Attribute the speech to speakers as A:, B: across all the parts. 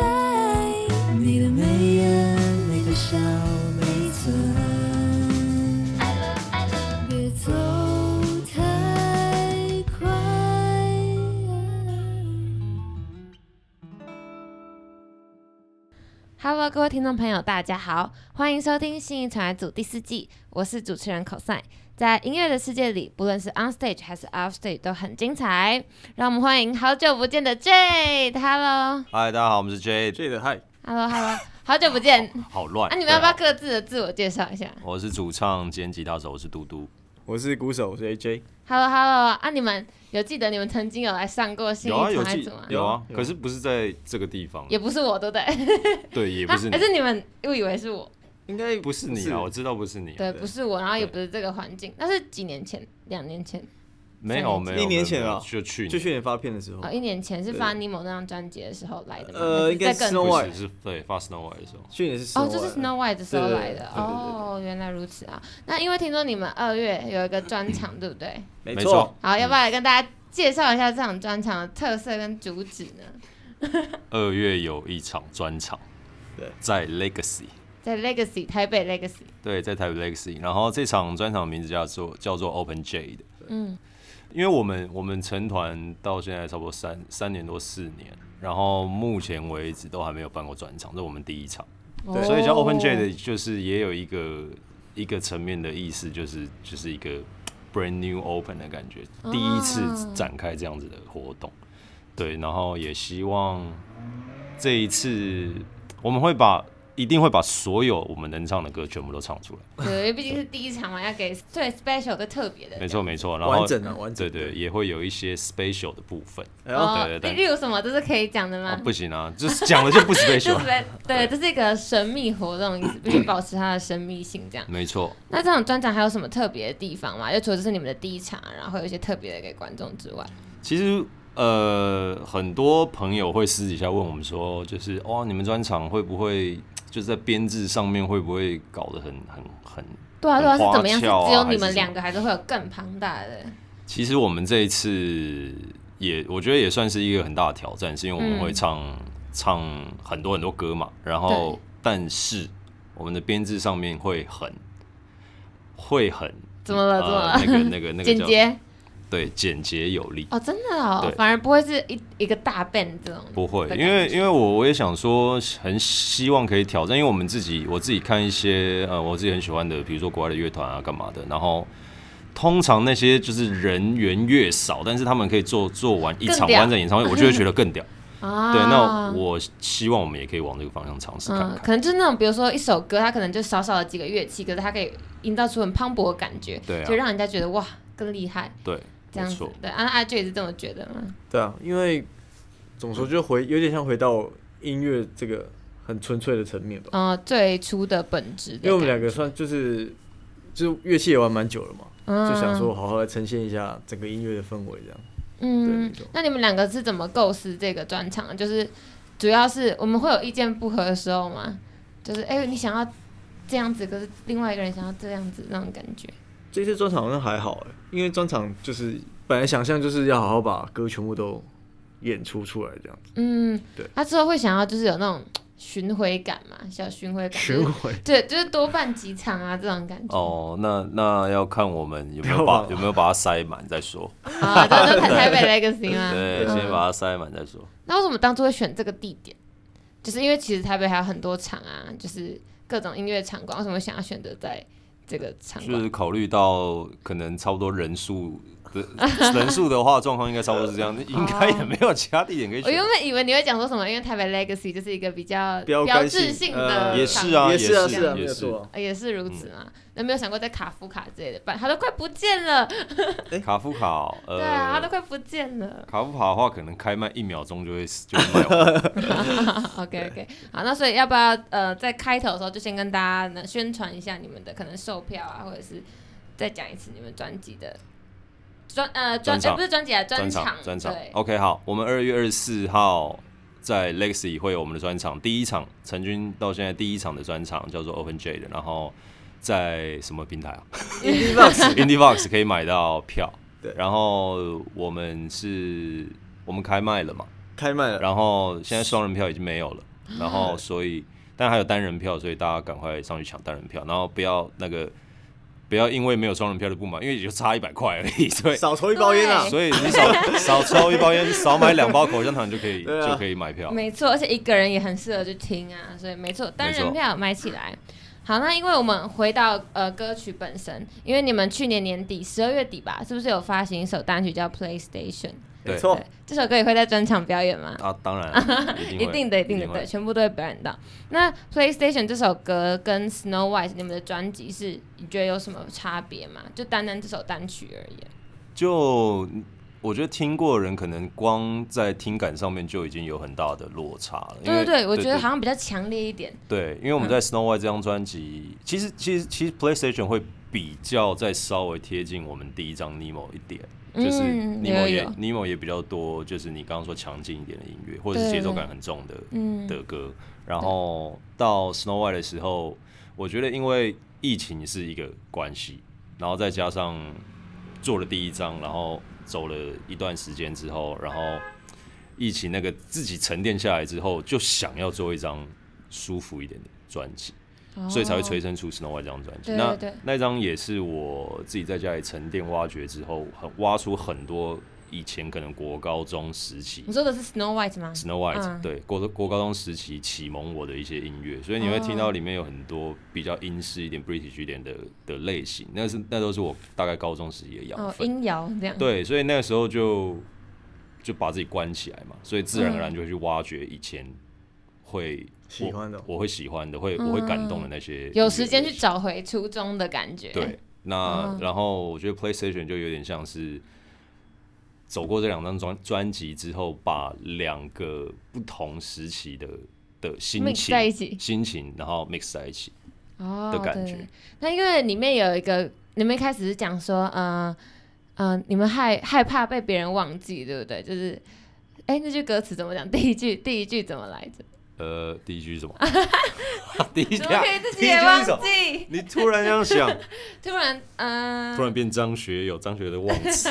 A: 来。你的眉眼，你的笑，每寸。爱了爱了，别走太快。啊
B: Hello，各位听众朋友，大家好，欢迎收听《信义传来组》第四季，我是主持人口赛。在音乐的世界里，不论是 on stage 还是 off stage 都很精彩。让我们欢迎好久不见的 Jade。Hello，Hello，Hello，Hello，
C: 嗨，大家好，我们是 Jade，
D: 这的太
B: 好久不见。
C: 好乱。
B: 啊，你们要不要
C: 对
B: 各自的自我介绍一下
C: 啊？我是主唱兼吉他手，我是嘟嘟。
D: 我是鼓手，我是 AJ。
B: ？Hello，Hello，啊，你们有记得你们曾经有来上过《信义
C: 有啊，有
B: 传来
C: 记
B: 组》吗？
C: 有啊，
D: 有啊
C: 可是不是在这个地方，
B: 也不是我，对不对？
C: 对，也不
B: 啊
C: 是你
B: 还，是你们误以为是我？
D: 应该
C: 不是你啊，我知道不是你啊，
B: 对，不是我，然后也
C: 对
B: 不是这个环境，那是几年前，两年前。
C: 没有没有，
D: 一年
C: 没有
D: 前
C: 没有
D: 啊
C: 就去
D: 就
C: 年，
D: 去年发片的时候
B: 哦，，一年前是发《
D: 对
B: Nemo》那张专辑的时候来的吗？
D: 呃
B: 还
D: 应该
B: 在更
D: Snow
C: 不
D: White
C: 是是对发 Snow White 的时候，
D: 去年是 Snow
B: 哦，就是
D: White 啊
B: Snow White 的时候来的
D: 对对对对对
B: 哦，原来如此啊。那因为听说你们二月有一个专场，对不 对？
D: 没
C: 没
D: 错
C: 错。
B: 好，要不要来跟大家介绍一下这场专场的特色跟主旨呢？
C: 二月有一场专场，
D: 对，
C: 在 Legacy，
B: 在 Legacy 台北 Legacy，
C: 对，在台北 Legacy，然后这场专场名字叫做叫做 Open Jade，
B: 嗯，
C: 因为我们我们成团到现在差不多三三年多四年，然后目前为止都还没有办过专场，这是我们第一场。
B: 哦
C: 所以叫 Open Jade 就是也有一个一个层面的意思，就是就是一个 brand new open 的感觉，
B: 啊
C: 第一次展开这样子的活动。对，然后也希望这一次我们会把一定会把所有我们能唱的歌全部都唱出来。
B: 对，因为毕竟是第一场嘛，要给最 special 最特别的。
C: 没错没错，然后
D: 完整啊，完
C: 对
D: 整。
C: 对，也会有一些 special 的部分。
D: 哎呦，
B: 哦，
C: 对对对
B: 例例如什么，这是可以讲的
C: 啊
D: 哦
B: 吗？，
C: 不行啊，就是讲了就不 special
B: 这是。对，这是一个神秘活动，必须保持它的神秘性，这样。
C: 没错，
B: 那这场专场还有什么特别的地方吗？就除了这是你们的第一场，然后有一些特别的给观众之外，
C: 其实呃，很多朋友会私底下问我们说，就是哦，你们专场会不会就是在编制上面会不会搞得很很很？
B: 对啊，对啊，
C: 很
B: 是
C: 花
B: 怎么样？是
C: 俏啊
B: 只有
C: 还
B: 你
C: 是
B: 们
C: 什么嗯
B: 两个，还是会有更庞大的？
C: 其实我们这一次也，我觉得也算是一个很大的挑战，是因为我
B: 嗯
C: 们会唱、唱很多很多歌嘛，然后
B: 对
C: 但是我们的编制上面会很会很
B: 怎么了？怎么了？
C: 呃那个那个那个
B: 简
C: 叫
B: 洁
C: 对简洁有力。
B: 哦，真的哦
C: 对，
B: 反而不会是一一个大 band 这种。
C: 不会
B: 的，感
C: 因为
B: 觉
C: 因为我我也想说，很希望可以挑战，因为我们自己我自己看一些呃我自己很喜欢的，比如说国外的乐团啊干嘛的，然后通常那些就是人员越少，但是他们可以做做完一
B: 更
C: 场
B: 屌
C: 完整演唱会，我就会觉得更 屌。
B: 啊，
C: 对，那我希望我们也可以往这个方向尝试看
B: 嗯，
C: 看。
B: 可能就是那种，比如说一首歌，它可能就少少的几个乐器，可是它可以营造出很磅礴的感觉，
C: 对啊
B: 就让人家觉得哇更厉害
C: 对，
B: 这
C: 没
B: 样子
C: 错。。
B: 对，安阿俊也是这么觉得吗？
D: 对啊，因为怎么说，就回有点像回到音乐这个很纯粹的层面吧。
B: 嗯，最初的本质的感觉。
D: 因为我们两个算就是就是乐器也玩蛮久了嘛，
B: 嗯
D: 就想说好好来呈现一下整个音乐的氛围这样。对
B: 嗯
D: 没错，
B: 那你们两个是怎么构思这个专场的？就是主要是我们会有意见不合的时候吗？就是哎、你想要这样子，可是另外一个人想要这样子，那种感觉。
D: 这次专场好像还好哎，因为专场就是本来想象就是要好好把歌全部都演出出来这样子，
B: 嗯，
D: 对
B: 他之后会想要就是有那种巡回感嘛，小巡回感。
D: 巡回。
B: 对，就是多办几场啊，这种感觉。
C: 哦，那那要看我们有没有
D: 不要
C: 把
D: 吧
C: 有没有把它塞满再说。
B: 好啊，这就台台北 Legacy 嘛。
C: 对，先把它塞满再说。
B: 那为什么当初会选这个地点？就是因为其实台北还有很多场啊，就是各种音乐场馆，为什么会想要选择在这个场
C: 就
B: 馆？
C: 是考虑到可能差不多人数的人数的话，状况应该差不多是这样，应该也没有其他地点可以
B: 我原
C: 选。
B: 本以为你会讲说什么，因为台北 Legacy 就是一个比较
D: 标
B: 标
D: 杆性
B: 志性的、
D: 呃
C: 也是啊
D: 也是啊，
C: 也是
D: 是啊，
C: 也
D: 没有
C: 是
D: 错啊。
B: 呃也是如此嘛。那、没有想过在卡夫卡之类的办，它都快不见了。
C: 卡夫卡哦，呃，
B: 对啊，它都快不见 了。
C: 卡夫卡的话，可能开卖一秒钟就会就会卖完。
B: OK OK，好，那所以要不要呃在开头的时候就先跟大家呢宣传一下你们的可能售票啊，或者是再讲一次你们专辑的专呃专
C: 专场
B: 呃不是专辑啊
C: 专
B: 场
C: 专场
B: 对。
C: ，OK，好，我们二月二十四号在 Legacy 会有我们的专场，第一场陈军到现在第一场的专场叫做 Open J 的，然后在什么平台啊
D: Indie Box
C: ？Indie Box 可以买到票。
D: 对
C: 然后我们是我们开卖了嘛，
D: 开卖了，
C: 然后现在双人票已经没有了，然
B: 嗯
C: 后所以但还有单人票，所以大家赶快上去抢单人票，然后不要那个不要因为没有双人票就不买，因为也就差一百块而已，所以
D: 少抽一包烟啊
B: 对！
C: 所以你 少少抽一包烟，少买两包口香糖就可以、
D: 对啊
C: 就可以买票。
B: 没错，而且一个人也很适合去听啊，所以没错，单人票买起来。好，那因为我们回到呃歌曲本身，因为你们去年年底十二月底吧，是不是有发行一首单曲叫《PlayStation》？
C: 对
D: 没错
B: 对，，这首歌也会在专场表演吗？
C: 哦啊，当然啊一定
B: 一
C: 会
B: 定的，一定的，
C: 会
B: 对，全部都会表演到。那《PlayStation》这首歌跟《Snow White》你们的专辑是你觉得有什么差别吗？就单单这首单曲而已。
C: 就我觉得听过的人可能光在听感上面就已经有很大的落差了。因
B: 对
C: 为
B: 对对，我觉得好像比较强烈一点。
C: 对，因为我
B: 嗯
C: 们在 Snow White 这张专辑，其实其实其实 PlayStation 会比较再稍微贴近我们第一张 Nemo 一点，就是
B: 嗯
C: Nemo
B: 有
C: 也
B: 有
C: Nemo 也比较多，就是你刚刚说强劲一点的音乐，或者是
B: 对
C: 节奏
B: 对
C: 感很重的
B: 嗯，
C: 的歌。然后到 Snow White 的时候，我觉得因为疫情是一个关系，然后再加上做了第一张，然后走了一段时间之后，然后疫情那个自己沉淀下来之后，就想要做一张舒服一点的专辑。所以才会催生出 Snow White 这张专辑。
B: 哦对
C: 那
B: 对对
C: 那张也是我自己在家里沉淀挖掘之后，很挖出很多以前可能国高中时期
B: 你说的是 Snow White 吗？
C: Snow White，、
B: 嗯
C: 对，国国高中时期启蒙我的一些音乐，所以你会听
B: 哦
C: 到里面有很多比较英式一点、British 一点的的类型，那是那都是我大概高中时期的养
B: 哦，
C: 分。
B: 音摇这样。
C: 对，所以那个时候就就把自己关起来嘛，所以自然而然
B: 嗯
C: 就会去挖掘以前会
D: 喜欢的
C: 我，我会喜欢的，会我会感动的那些音乐类
B: 嗯
C: 型，
B: 有时间去找回初衷的感觉。
C: 对，，那、
B: 嗯
C: 然后我觉得 PlayStation 就有点像是走过这两张专专辑之后，把两个不同时期的的心
B: Mix
C: 情
B: 在一起
C: 心情，然后 mix 在一起。
B: 哦
C: 的感
B: 对
C: 觉
B: 那因为里面有一个，你们一开始是讲说，呃，呃，你们害害怕被别人忘记，对不对？就是，哎，那句歌词怎么讲？第一句，第一句怎么来着？
C: 呃，第一句是 什么？第一句
B: 怎么可以自己
C: 第一
B: 也
C: 句
B: 忘
C: 是什么
B: 记？
C: 你突然这样想，
B: 突然，嗯、
C: 突然变张学友，张学友的忘词。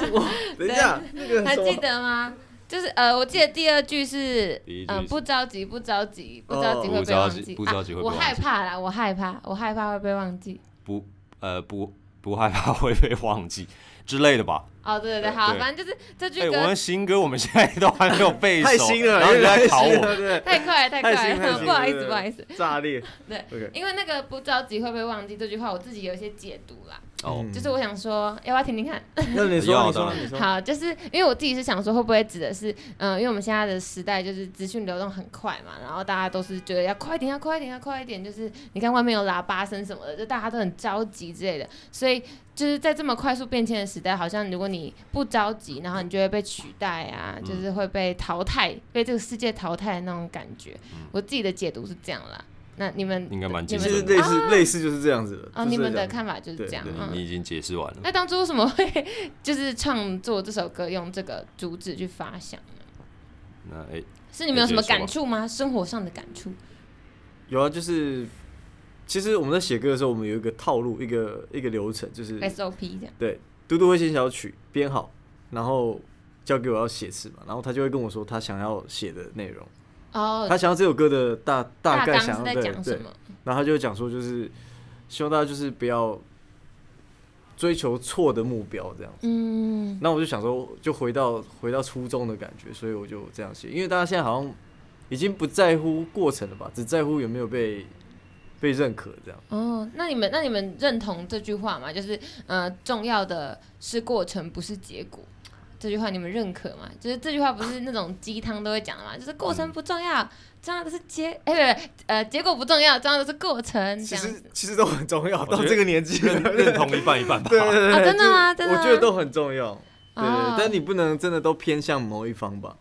D: 等一下，那个
B: 还
D: 什
B: 记
D: 么，
B: 得吗？就是呃，我记得第二句是
C: 第一，句
B: 嗯、
C: 是
B: 不着急，不着急，不着急
D: 哦
B: 会
C: 不
B: 被
C: 着
B: 忘
C: 急
B: 记，
C: 不着急会被
B: 啊。我
C: 忘
B: 害
C: 记
B: 怕啦，我害怕，我害怕会被忘记。
C: 不，呃，不，不害怕会被忘记之类的吧？
B: 哦，对对对，好，
C: 对
B: 反正就是这
C: 哎、
B: 句
C: 我
B: 歌
C: 们新歌我们现在都还没有背熟，
D: 太新了，
C: 然后你
D: 因
C: 就
D: 为
C: 在
D: 太
C: 考
D: 新
C: 我
D: 了，，对，
B: 太快了，太
D: 太
B: 快
D: 新
B: 了，
D: 了，
B: 不好意思，不好意思。
D: 思，炸裂
B: 对，
D: ，OK，
B: 因为那个不着急会被忘记这句话，我自己有一些解读啦。
C: 哦，
D: 嗯啊
B: 就是我想说，要不要听听看？
D: 那你
C: 要
D: 说，你
C: 当
D: 说，
C: 然
D: 你说，
B: 好，就是因为我自己是想说，会不会指的是，嗯、因为我们现在的时代就是资讯流动很快嘛，然后大家都是觉得要快一点，要快一点，要快一点，就是你看外面有喇叭声什么的，就大家都很着急之类的，所以就是在这么快速变迁的时代，好像如果你不着急，然后你就会被取代啊，
D: 嗯
B: 就是会被淘汰，被这个世界淘汰的那种感觉。
D: 嗯
B: 我自己的解读是这样啦。那你们
C: 应该蛮
B: 你
C: 精
D: 其
B: 们啊
D: 实
C: 准
D: 类似类似就是这样子的，
B: 哦，
D: 就是
B: 你们
D: 这
B: 的
D: 样
B: 看法就是
D: 对
B: 这样。
C: 对你
B: 嗯，
C: 你已经解释完了。
B: 那当初为什么会就是创作这首歌用这个主旨去发想呢？
C: 那哎、
B: 是你们有什么
C: 直接说吧
B: 感触吗？生活上的感触？
D: 有啊，就是其实我们在写歌的时候，我们有一个套路，一个一个流程，就是
B: SOP 这样。
D: 对，嘟嘟会先小曲编好，然后交给我要写词嘛，然后他就会跟我说他想要写的内容，他
B: 哦，
D: 想要这首歌的大大概
B: 纲
D: 想
B: 是
D: 要
B: 在
D: 对
B: 讲
D: 对
B: 什，么？
D: 然后他就讲说就是希望大家就是不要追求错的目标这样。
B: 嗯，
D: 那我就想说，就回到回到初中的感觉，所以我就这样写，因为大家现在好像已经不在乎过程了吧，只在乎有没有被被认可这样。
B: 哦，那你们那你们认同这句话吗？就是呃，重要的是过程，不是结果。这句话你们认可吗？就是这句话不是那种鸡汤都会讲的嘛，就是过程不重要，重要的是结， 哎、对不对，呃，结果不重要，重要的是过程。这
D: 其
B: 样
D: 实
B: 子
D: 其实都很重要，
C: 觉得
D: 到这个年纪了，对
C: 认同一半一半吧。哦
D: 对对
B: 啊
D: 对，
B: 真的吗
D: 就
B: 真
D: 是
B: 的吗
D: 我觉得都很重要。对，对
B: 哦
D: 对但你不能真的都偏向某一方吧，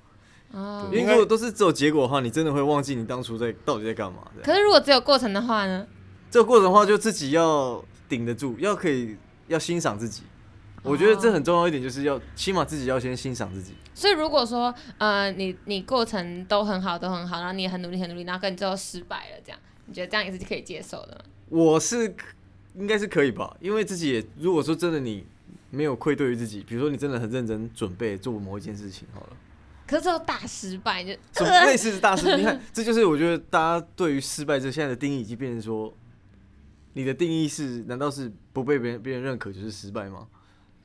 B: 哦
D: 因为如果都是只有结果的话，你真的会忘记你当初在到底在干嘛。这样
B: 可是如果只有过程的话呢？
D: 这个过程的话，就自己要顶得住，要可以要欣赏自己，我觉得这很重要一点，就是要起码自己要先欣赏自己。
B: 所以如果说，呃，你你过程都很好，都很好，然后你也很努力，很努力，然后跟你最后失败了，这样，你觉得这样也是可以接受的吗？
D: 我是应该是可以吧，因为自己也如果说真的你没有愧对于自己，比如说你真的很认真准备做某一件事情好了，
B: 可是这种大失败就，
D: 什么类似的大事，你看这就是我觉得大家对于失败这现在的定义已经变成说，你的定义是难道是不被别人别人认可就是失败吗？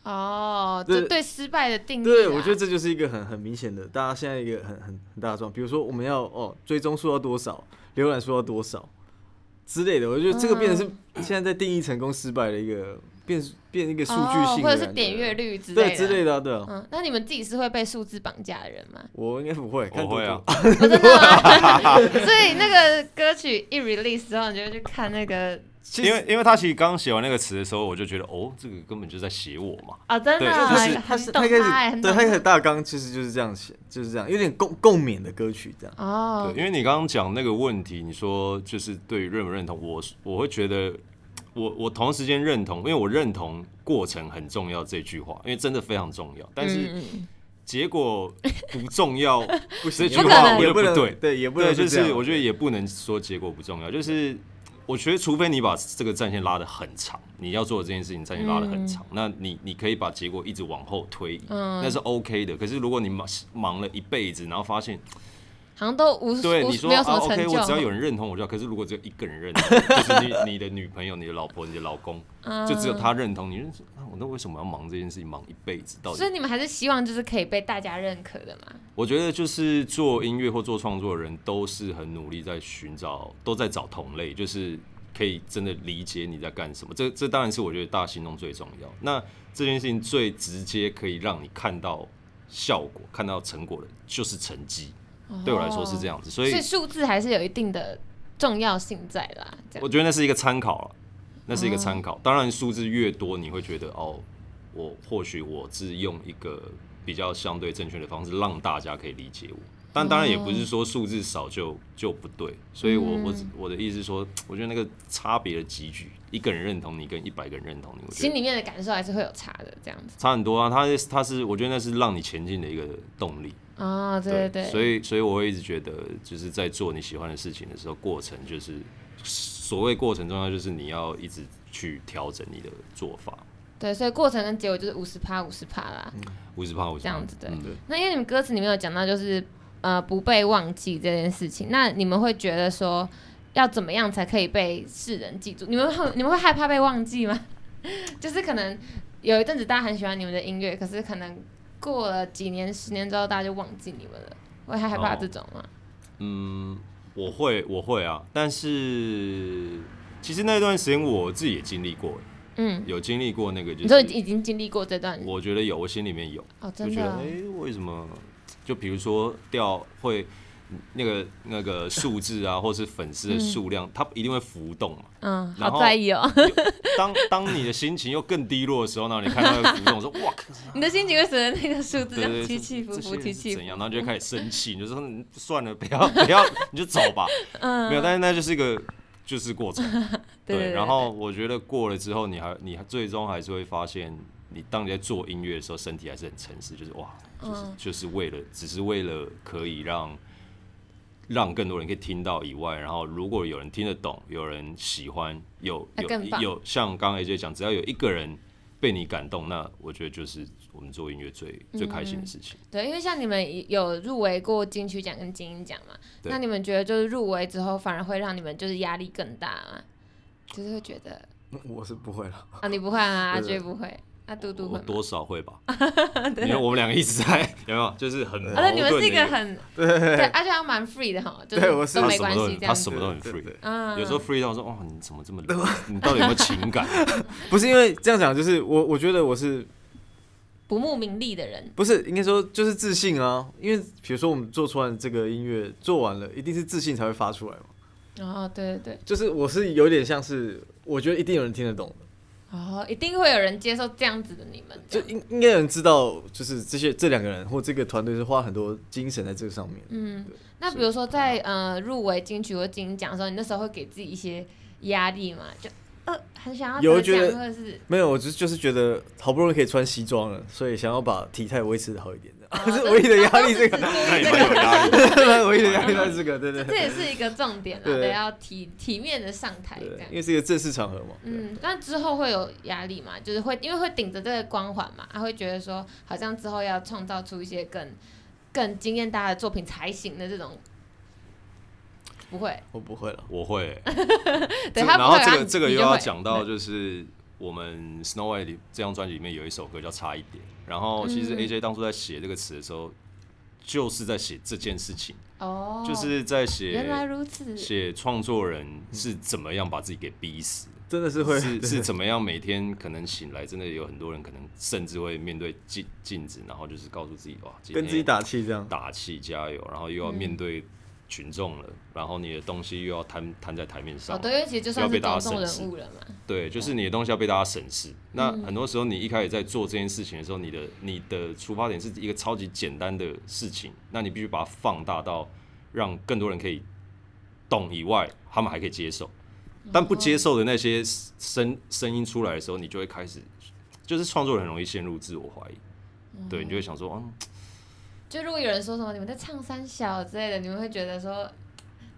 B: 哦，
D: 对
B: 这对失败的定义、啊，
D: 嗯对，我觉得这就是一个很很明显的，大家现在一个很很很大的状况，比如说我们要哦追踪数要多少，浏览数要多少之类的，我觉得这个变成是现在在定义成功失败的一个变变一个数据性的感
B: 哦，
D: 觉、
B: 或者是点阅率之类
D: 对
B: 的
D: 之类的啊、对啊。？
B: 嗯，那你们自己是会被数字绑架的人吗
D: 哦我应该不会，看
C: 我会啊
B: 我
D: 多多，
B: 真的 吗？所以那个歌曲一 release 之后，你就会去看那个
D: 其实
C: 因为因为他其实刚写完那个词的时候，我就觉得哦，这个根本就在写我嘛。
B: 哦，真的
C: 对
B: 啊，
C: 就是
D: 他
B: 很
D: 是
B: 懂
D: 一开
B: 他欸，
D: 始
B: 很
D: 对
B: 懂
D: 他一开始
B: 他
D: 大纲其实就是这样写，就是这样，有点共共勉的歌曲这样。
B: 哦
C: 对，，因为你刚刚讲那个问题，你说就是对于认不认同，我我会觉得我我同时间认同，因为我认同过程很重要这句话，因为真的非常重要，但是
B: 嗯嗯
C: 结果不重要
D: 不
C: 这
D: 行，
C: 句
B: 不可
C: 话
B: 能
C: 我
D: 也
C: 就
D: 不能
C: 对，
D: 对，也不能
C: 对，就
D: 这样
C: 是我觉得也不能说结果不重要，就是我觉得除非你把这个战线拉得很长，你要做的这件事情战线拉得很长，那你你可以把结果一直往后推移，
B: 嗯
C: 那是 OK 的。可是如果你忙忙了一辈子，然后发现
B: 好像都无
C: 对
B: 无
C: 你说
B: 没有
C: 啊
B: 什么成
C: ，OK，
B: 就，
C: 我只要有人认同我就好。可是如果只有一个人认同，就是 你你的女朋友、你的老婆、你的老公，
B: 嗯
C: 就只有他认同你，认识啊，我那为什么要忙这件事情忙一辈子？到底
B: 所以你们还是希望就是可以被大家认可的嘛？
C: 我觉得就是做音乐或做创作的人都是很努力在寻找，都在找同类，就是可以真的理解你在干什么。这这当然是我觉得大家心中最重要。那这件事情最直接可以让你看到效果、看到成果的，就是成绩。对我来说是这样子，所
B: 哦所
C: 以
B: 以数字还是有一定的重要性在啦。这
C: 我
B: 样，
C: 觉得那是一个参考了，那是一个参考。当然数字越多，你会觉得哦，我或许我是用一个比较相对正确的方式让大家可以理解我。但当然也不是说数字少就就不对，所以我我
B: 嗯
C: 只我的意思是说，我觉得那个差别的集聚，一个人认同你跟一百个人认同你，我觉
B: 心
C: 得
B: 里面的感受还是会有差的，这样子
C: 差很多啊。它它是我觉得那是让你前进的一个动力。
B: 哦，对对对，
C: 所以所以我会一直觉得，就是在做你喜欢的事情的时候，过程就是所谓过程重要，就是你要一直去调整你的做法，
B: 对，所以过程跟结果就是五十趴五十趴啦。
C: 五十趴五十
B: 这样子对
C: 嗯、
B: 那因为你们歌词里面有讲到，就是呃不被忘记这件事情，那你们会觉得说要怎么样才可以被世人记住？你们会你们会害怕被忘记吗？ 就是可能有一阵子大家很喜欢你们的音乐，可是可能过了几年、十年之后，大家就忘记你们了，会害怕
C: 哦
B: 这种吗？
C: 嗯，我会我会啊，但是其实那段时间我自己也经历过，
B: 嗯，
C: 有经历过那个
B: 你
C: 就
B: 说已
C: 是，
B: 经经历过这段，
C: 我觉得有，我心里面有。
B: 哦，
C: 就
B: 真
C: 觉
B: 的
C: 得
B: 啊
C: 哎、，诶为什么？就比如说掉会那个那个数字啊，或是粉丝的数量，它一定会浮动嘛。
B: 嗯，
C: 然
B: 好
C: 后
B: 在意哦，
C: 当当你的心情又更低落的时候，然后你看到那个浮动，说哇靠，
B: 你的心情会随着那个数字这
C: 对对
B: 样
C: 对，
B: 起起伏
C: 这
B: 伏，
C: 这些
B: 起
C: 人
B: 起
C: 是
B: 伏
C: 怎，样？然后就开始生气，你就说嗯算了，不要不要， 你就走吧。
B: 嗯
C: 没有，但是那就是一个就是过程。
B: 对对对
C: 然后我觉得过了之后，你还你还最终还是会发现，你当你在做音乐的时候，身体还是很诚实，就是哇，就是、
B: 嗯
C: 就是为了只是为了可以让让更多人可以听到以外，然后如果有人听得懂，有人喜欢，有
B: 那
C: 有
B: 更棒
C: 有像刚刚 AJ 讲，只要有一个人被你感动，那我觉得就是我们做音乐最、最开心的事情。
B: 对，因为像你们有入围过金曲奖跟金鹰奖嘛，
C: 对
B: 那你们觉得就是入围之后反而会让你们就是压力更大吗？就是会觉得
D: 我是不会了，
B: 啊，你不会啊，阿
D: 对
B: 追不会，阿嘟嘟
C: 我
B: 会吗？
C: 多 少会吧，因为我们两个一直在有没有，就是很矛
B: 啊，那
C: 盾
B: 你
C: 的
B: 们
C: 个、
B: 是一个很对，阿追还蛮 free 的哈，就是
D: 对我是
B: 都
C: 他
B: 没
C: 什么
B: 关
C: 都
B: 系
C: 很
B: 这
C: 他
B: 样子
C: 什么都很
D: 对
C: free，
D: 对
B: 嗯，
C: 有时候 free 到说哇你怎么这么冷，你到底有没有 情感？
D: 不是因为这样讲，就是我我觉得我是
B: 不慕名利的人，
D: 不是应该说就是自信啊？因为比如说我们做出来这个音乐做完了，一定是自信才会发出来嘛。
B: 哦，对对对，
D: 就是我是有点像是，我觉得一定有人听得懂的，
B: 哦，一定会有人接受这样子的你们，
D: 就应应该有人知道，就是这些这两个人或这个团队是花很多精神在这个上面。
B: 嗯，那比如说在呃入围金曲或金鹰奖的时候，你那时候会给自己一些压力嘛？就呃很想要
D: 有
B: 得
D: 觉得
B: 奖或者是
D: 没有，我只是就是觉得好不容易可以穿西装了，所以想要把体态维持得好一点，这 样是唯一的 压力。这个，
C: 那也蛮有压力的。
D: 唯一的压力在这个，对 对
B: 这
D: 对，
B: 也是一个重点啦，
D: 对
B: 得要体体面的上台这
D: 对
B: 样
D: 因。为是一个正式场合嘛。对
B: 嗯，但之后会有压力嘛？就是会因为会顶着这个光环嘛，他、会觉得说好像之后要创造出一些更更惊艳大家的作品才行的这种，不会，
D: 我不会了，
C: 我会，
B: 对
C: 这
B: 他
C: 然
B: 不
C: 后
B: 会，
C: 这
B: 他
C: 个这个
B: 你
C: 又
B: 就
C: 要
B: 会
C: 讲到，就是我们 Snow White 里这张专辑里面有一首歌叫《差一点》，然后其实
B: 嗯
C: AJ 当初在写这个词的时候，就是在写这件事情，
B: 哦，
C: 就是在写
B: 原来如此，
C: 写创作人是怎么样把自己给逼死，
D: 真的是会
C: 是是怎么样每天可能醒来，真的有很多人可能甚至会面对镜镜子，然后就是告诉自己哇，今天
D: 跟自己打气这样。
C: 打气加油，然后又要面
B: 嗯
C: 对群众了，然后你的东西又要摊摊在台面上
B: 哦，，对，因为其实就算
C: 要
B: 是
C: 被大
B: 公
C: 家
B: 众
C: 审
B: 人
C: 视
B: 物了嘛，
C: 对，就是你的东西要被大家审
B: 嗯
C: 视。那很多时候，你一开始在做这件事情的时候，你的你的出发点是一个超级简单的事情，那你必须把它放大到让更多人可以懂以外，他们还可以接受。但不接受的那些声声音出来的时候，你就会开始，就是创作人很容易陷入自我怀疑。对，你就会想说，嗯，
B: 就如果有人说什么你们在唱三小之类的，你们会觉得说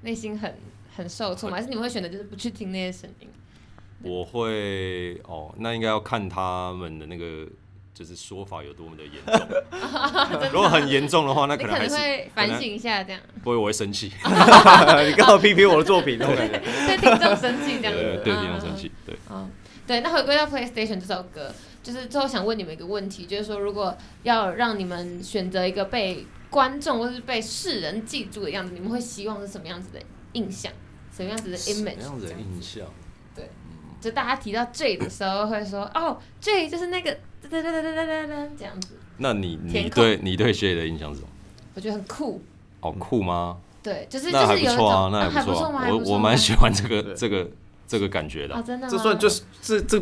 B: 内心很很受挫吗？还是你们会选择就是不去听那些声音？
C: 我会哦，那应该要看他们的那个就是说法有多么的严 重。如果很严重的话，那
B: 你
C: 可
B: 可
C: 能还
B: 能
C: 是
B: 会
C: 可
B: 反
C: 能
B: 省一下，这样
C: 不会，我会生气，
D: 你刚好批评我的 作品，那种感觉。
B: 对听众生气这样
C: 对
B: 子，
C: 对，
B: 嗯
C: 经常生。气，对。
B: 嗯嗯对，那回归到 PlayStation 这首歌，就是最后想问你们一个问题，就是说如果要让你们选择一个被观众或是被世人记住的样子，你们会希望是什么样子的印象，什么样子的 image？
C: 什么样子
B: 这
C: 的
B: 样
C: 印象？
B: 就大家提到 J 的时候会说，哦，J 就是那个哒哒哒哒哒哒哒这样子，
C: 那你
B: 填
C: 你
B: 空
C: 对你对 J 的印象是什么？
B: 我觉得很酷。
C: 好酷吗？
B: 对，就是
C: 那
B: 就
C: 还
B: 是
C: 不
B: 有一
C: 错啊，
B: 种
C: 那
B: 还
C: 不错
B: 吗？
C: 啊，
B: 还
C: 我
B: 不错
C: 我蛮
B: 吗
C: 喜欢这个
D: 对
C: 这个这个感觉的
B: 哦，
C: 啊。
B: 真的吗？
D: 这算就是这这，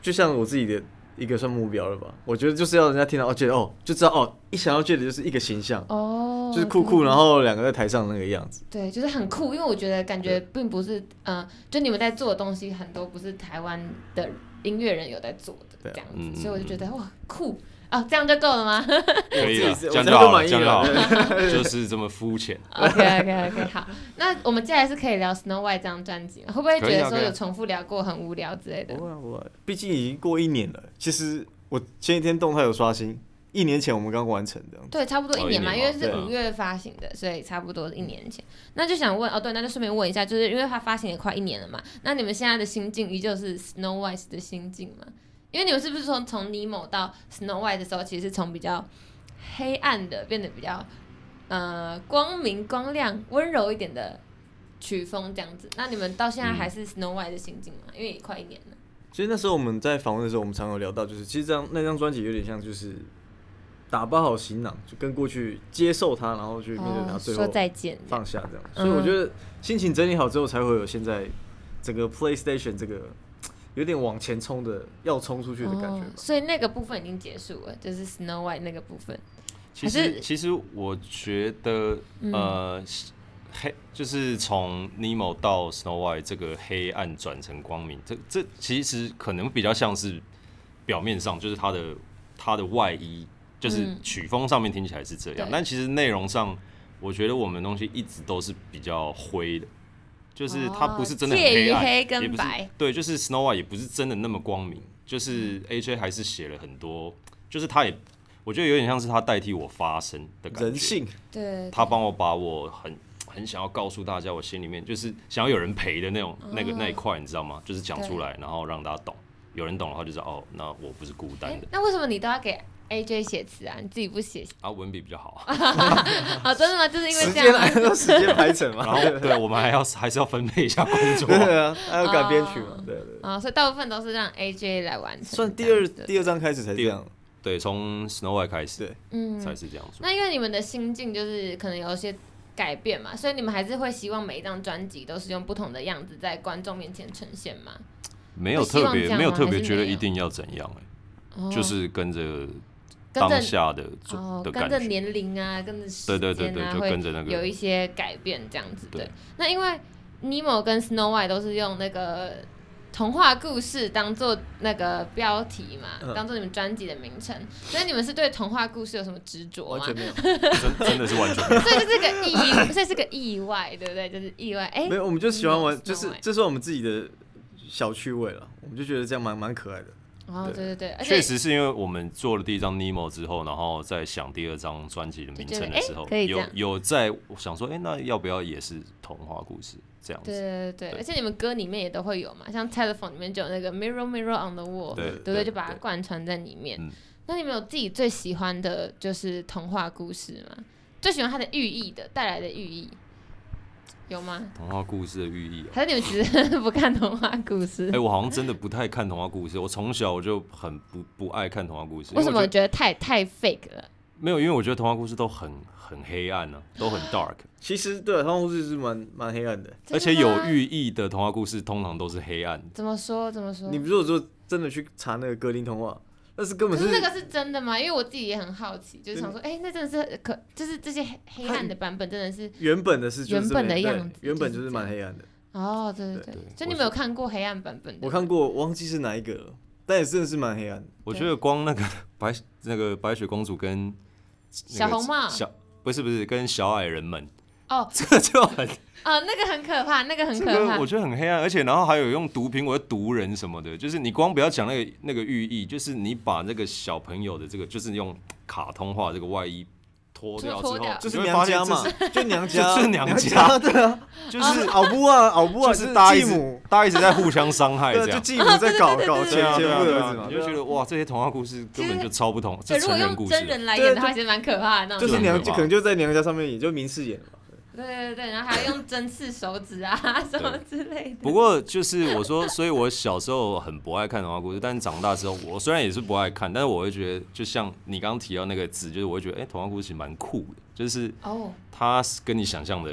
D: 就像我自己的一个算目标了吧？我觉得就是要人家听到哦，觉得哦，就知道哦，一想到觉得就是一个形象，
B: 哦，
D: 就是酷酷，
B: 真的
D: 然后两个在台上那个样子。
B: 对，就是很酷，因为我觉得感觉并不是，嗯、就你们在做的东西很多不是台湾的音乐人有在做的
D: 对啊
B: 这样
C: 嗯
B: 子，所以我就觉得哇酷啊，这样就够了 吗
C: 可以
D: 我
C: 了，
D: 自己
C: 这
D: 是我
C: 样
D: 才
C: 就
D: 会
C: 好了，
D: 满意
C: 这样就好
D: 了
C: 了，就是这么肤浅。
B: ？OK OK OK，好，那我们接下来是可以聊 Snow White 这张专辑吗，会不会觉
C: 可以
B: 得
C: 啊
B: 说
C: 可以啊
B: 有重复聊过很无聊之类的
D: 不？ 会啊不会，毕竟已经过一年了。其实我前几天动态有刷新，一年前我们刚完成的。
B: 对，差不多一
C: 哦
B: 年嘛，
C: 一
B: 因为
C: 年嘛
B: 是
C: 对啊
B: 五月发行的，所以差不多一年前。那就想问哦，对，那就顺便问一下，就是因为它发行也快一年了嘛，那你们现在的心境依旧是 Snow White 的心境吗？因为你们是不是从从 Nemo 到 Snow White 的时候，其实是从比较黑暗的变得比较呃光明、光亮、温柔一点的曲风这样子？那你们到
D: 嗯
B: 现在还是 Snow White 的心境吗？因为也快一年了。
D: 其实那时候我们在访问的时候，我们常有聊到，就是其实这张那张专辑有点像就是打包好行囊，就跟过去接受它，然后去面对它，
B: 哦，
D: 最后
B: 说再见。
D: 放下这样。
B: 嗯
D: 所以我觉得心情整理好之后，才会有现在整个 PlayStation 这个有点往前冲的，要冲出去的感觉
B: 哦
D: 吧。，
B: 所以那个部分已经结束了，就是 Snow White 那个部分。
C: 其
B: 还是
C: 实其实我觉得
B: 嗯
C: 呃。黑就是从 Nemo 到 Snow White 这个黑暗转成光明，这这其实可能比较像是表面上，就是它的它的外衣，就是
B: 嗯
C: 曲风上面听起来是这
B: 对
C: 样，但其实内容上，我觉得我们的东西一直都是比较灰的，就是它不是真的很
B: 哦介于
C: 暗，
B: 黑跟
C: 也不是
B: 白嗯
C: 对，就是 Snow White 也不是真的那么光明，就是 AJ 还是写了很多，就是他也。我觉得有点像是他代替我发声的感觉，
D: 人性，
B: 对，
C: 他帮我把我很很想要告诉大家，我心里面就是想要有人陪的那种、那
B: 嗯
C: 个那一块，你知道吗？就是讲出来，然后让大家懂。有人懂的话，就是哦，那我不是孤单
B: 诶
C: 的、
B: 哎那为什么你都要给 AJ 写词啊？你自己不写
C: 啊，文笔比较 好。啊
B: 哦，真的吗？就是因为
D: 时
B: 这
D: 间
B: 样
D: 来
B: 吗，
D: 说时间排程
C: 然
D: 嘛，
C: 后对我们还要还是要分配一下工作。
D: 对啊，还要改编曲嘛，对对。对
B: 啊、所以大部分都是让 AJ 来完成。
D: 算第二
B: 的，
D: 第二章开始才这样，
C: 对，从 Snow White 开始
D: 对
B: 嗯，
C: 才是这样做。
B: 那因为你们的心境就是可能有一些改变嘛，所以你们还是会希望每一张专辑都是用不同的样子在观众面前呈现嘛？
C: 没有
B: 希望
C: 特
B: 这
C: 别，
B: 样
C: 没有
B: 吗
C: 特
B: 还
C: 别
B: 是
C: 觉得
B: 没有
C: 一定要怎样、
B: 哦
C: 欸，就是跟着
B: 跟
C: 当
B: 着
C: 下的做、
B: 哦，
C: 的
B: 跟
C: 感
B: 着
C: 觉。
B: 年龄啊，跟着时间啊，
C: 对对对对，就
B: 会
C: 跟着那个
B: 有一些改变这样子。对，
C: 对
B: 那因为 Nemo 跟 Snow White 都是用那个童话故事当做那个标题嘛，
D: 嗯
B: 当做你们专辑的名称，所以你们是对童话故事有什么执着
D: 完
B: 吗？
D: 全没有，
C: 真真的是完全没有。
B: 所以就是个意，所以是个意外，对不对？就是意外，哎、
D: 没有，我们就喜欢玩，
B: Snow
D: 就是
B: White
D: 这是我们自己的小趣味了，我们就觉得这样蛮蛮可爱的。
B: 哦，对对对，而且
C: 确实是因为我们做了第一张 Nemo 之后，然后在想第二张专辑的名称的时候，
B: 哎就觉得诶可以这
C: 有
B: 样
C: 有在想说，哎、那要不要也是童话故事这样
B: 对
C: 子？
B: 对对对，
C: 对
B: 而且你们歌里面也都会有嘛，像 Telephone 里面就有那个 Mirror Mirror on the Wall，
C: 对
B: 不对？
C: 对
B: 就把它
C: 对
B: 贯穿在里面
C: 嗯。
B: 那你们有自己最喜欢的就是童话故事吗？最喜欢它的寓意的带来的寓意有吗？
C: 童话故事的寓意、哦
B: 还是你们其实 不看童话故事
C: 哎、？我好像真的不太看童话故事，我从小我就很不不爱看童话故事。
B: 为什么
C: 因我
B: 我
C: 觉得
B: 觉得太太 fake 了？
C: 没有？因为我觉得童话故事都很很黑暗呢、都很 dark，
D: 其实对，他们故事是蛮蛮黑暗的。
C: 而且
B: 啊真的
C: 有
B: 吗
C: 寓意的童话故事通常都是黑暗的。
B: 怎么说？怎么说？
D: 你如果说真的去查那个格林童话，那是根
B: 可
D: 本
B: 是那个是真的吗？因为我自己也很好奇，就是想说，哎、那真的是可，就是这些黑黑暗的版本真的是
D: 原本的是就是
B: 原本的
D: 这样
B: 样子
D: 对原本就
B: 就是是这样
D: 蛮黑暗的。
B: 哦，对对
D: 对
B: 对
C: 对，
B: 所以你们有看过黑暗版本的？
D: 我看过，我忘记是哪一个了，但也真的是蛮黑暗的。
C: 我觉得光那个 白那个白雪公主跟、那
B: 小
C: 个
B: 红帽
C: 小不是不是跟小矮人们，
B: 哦，
C: 这个就很
B: 啊，那个很可怕，那个很
C: 这
B: 可
C: 个
B: 怕
C: 我。觉得很黑暗，而且然后还有用毒苹果毒人什么的，就是你光不要讲那个那个寓意，就是你把那个小朋友的这个就是用卡通化这个外衣脱掉之
B: 脱
C: 后
B: 掉，
D: 就是
C: 啊你会
D: 娘
C: 发
D: 家
C: 现
D: 嘛
C: 这，
D: 就娘 家，
C: 就是娘家
D: 对啊，
C: 是就是
D: 是。奥布啊，奥布啊，
C: 就是大家
D: 继
C: 一直
D: 母，
C: 大家一直在互相伤害这
D: 对啊，就
C: 样，
D: 继母在搞搞前
C: 对啊
D: 前
C: 对啊
D: 夫的
C: 对
D: 儿
C: 啊
D: 子嘛，
C: 你就觉
D: 对啊
C: 得哇，这些童话故事根本就超不同，
B: 对，
C: 这
B: 如果
C: 成人
B: 用
C: 故
B: 真
C: 事。
B: 人来演的
D: 对
B: 话，
D: 就
B: 其实蛮可怕的那
D: 就
B: 种。
D: 是
C: 很
D: 娘，
C: 可
D: 就
C: 怕
D: 可能就在娘家上面演，就明示演嘛。
B: 对对对，然后还要用针刺手指啊什么之类的。
C: 不过就是我说，所以我小时候很不爱看童话故事，但是长大之后，我虽然也是不爱看，但是我会觉得，就像你刚刚提到那个字，就是我会觉得，哎、童话故事蛮酷的，就是
B: 哦，
C: 它是跟你想象的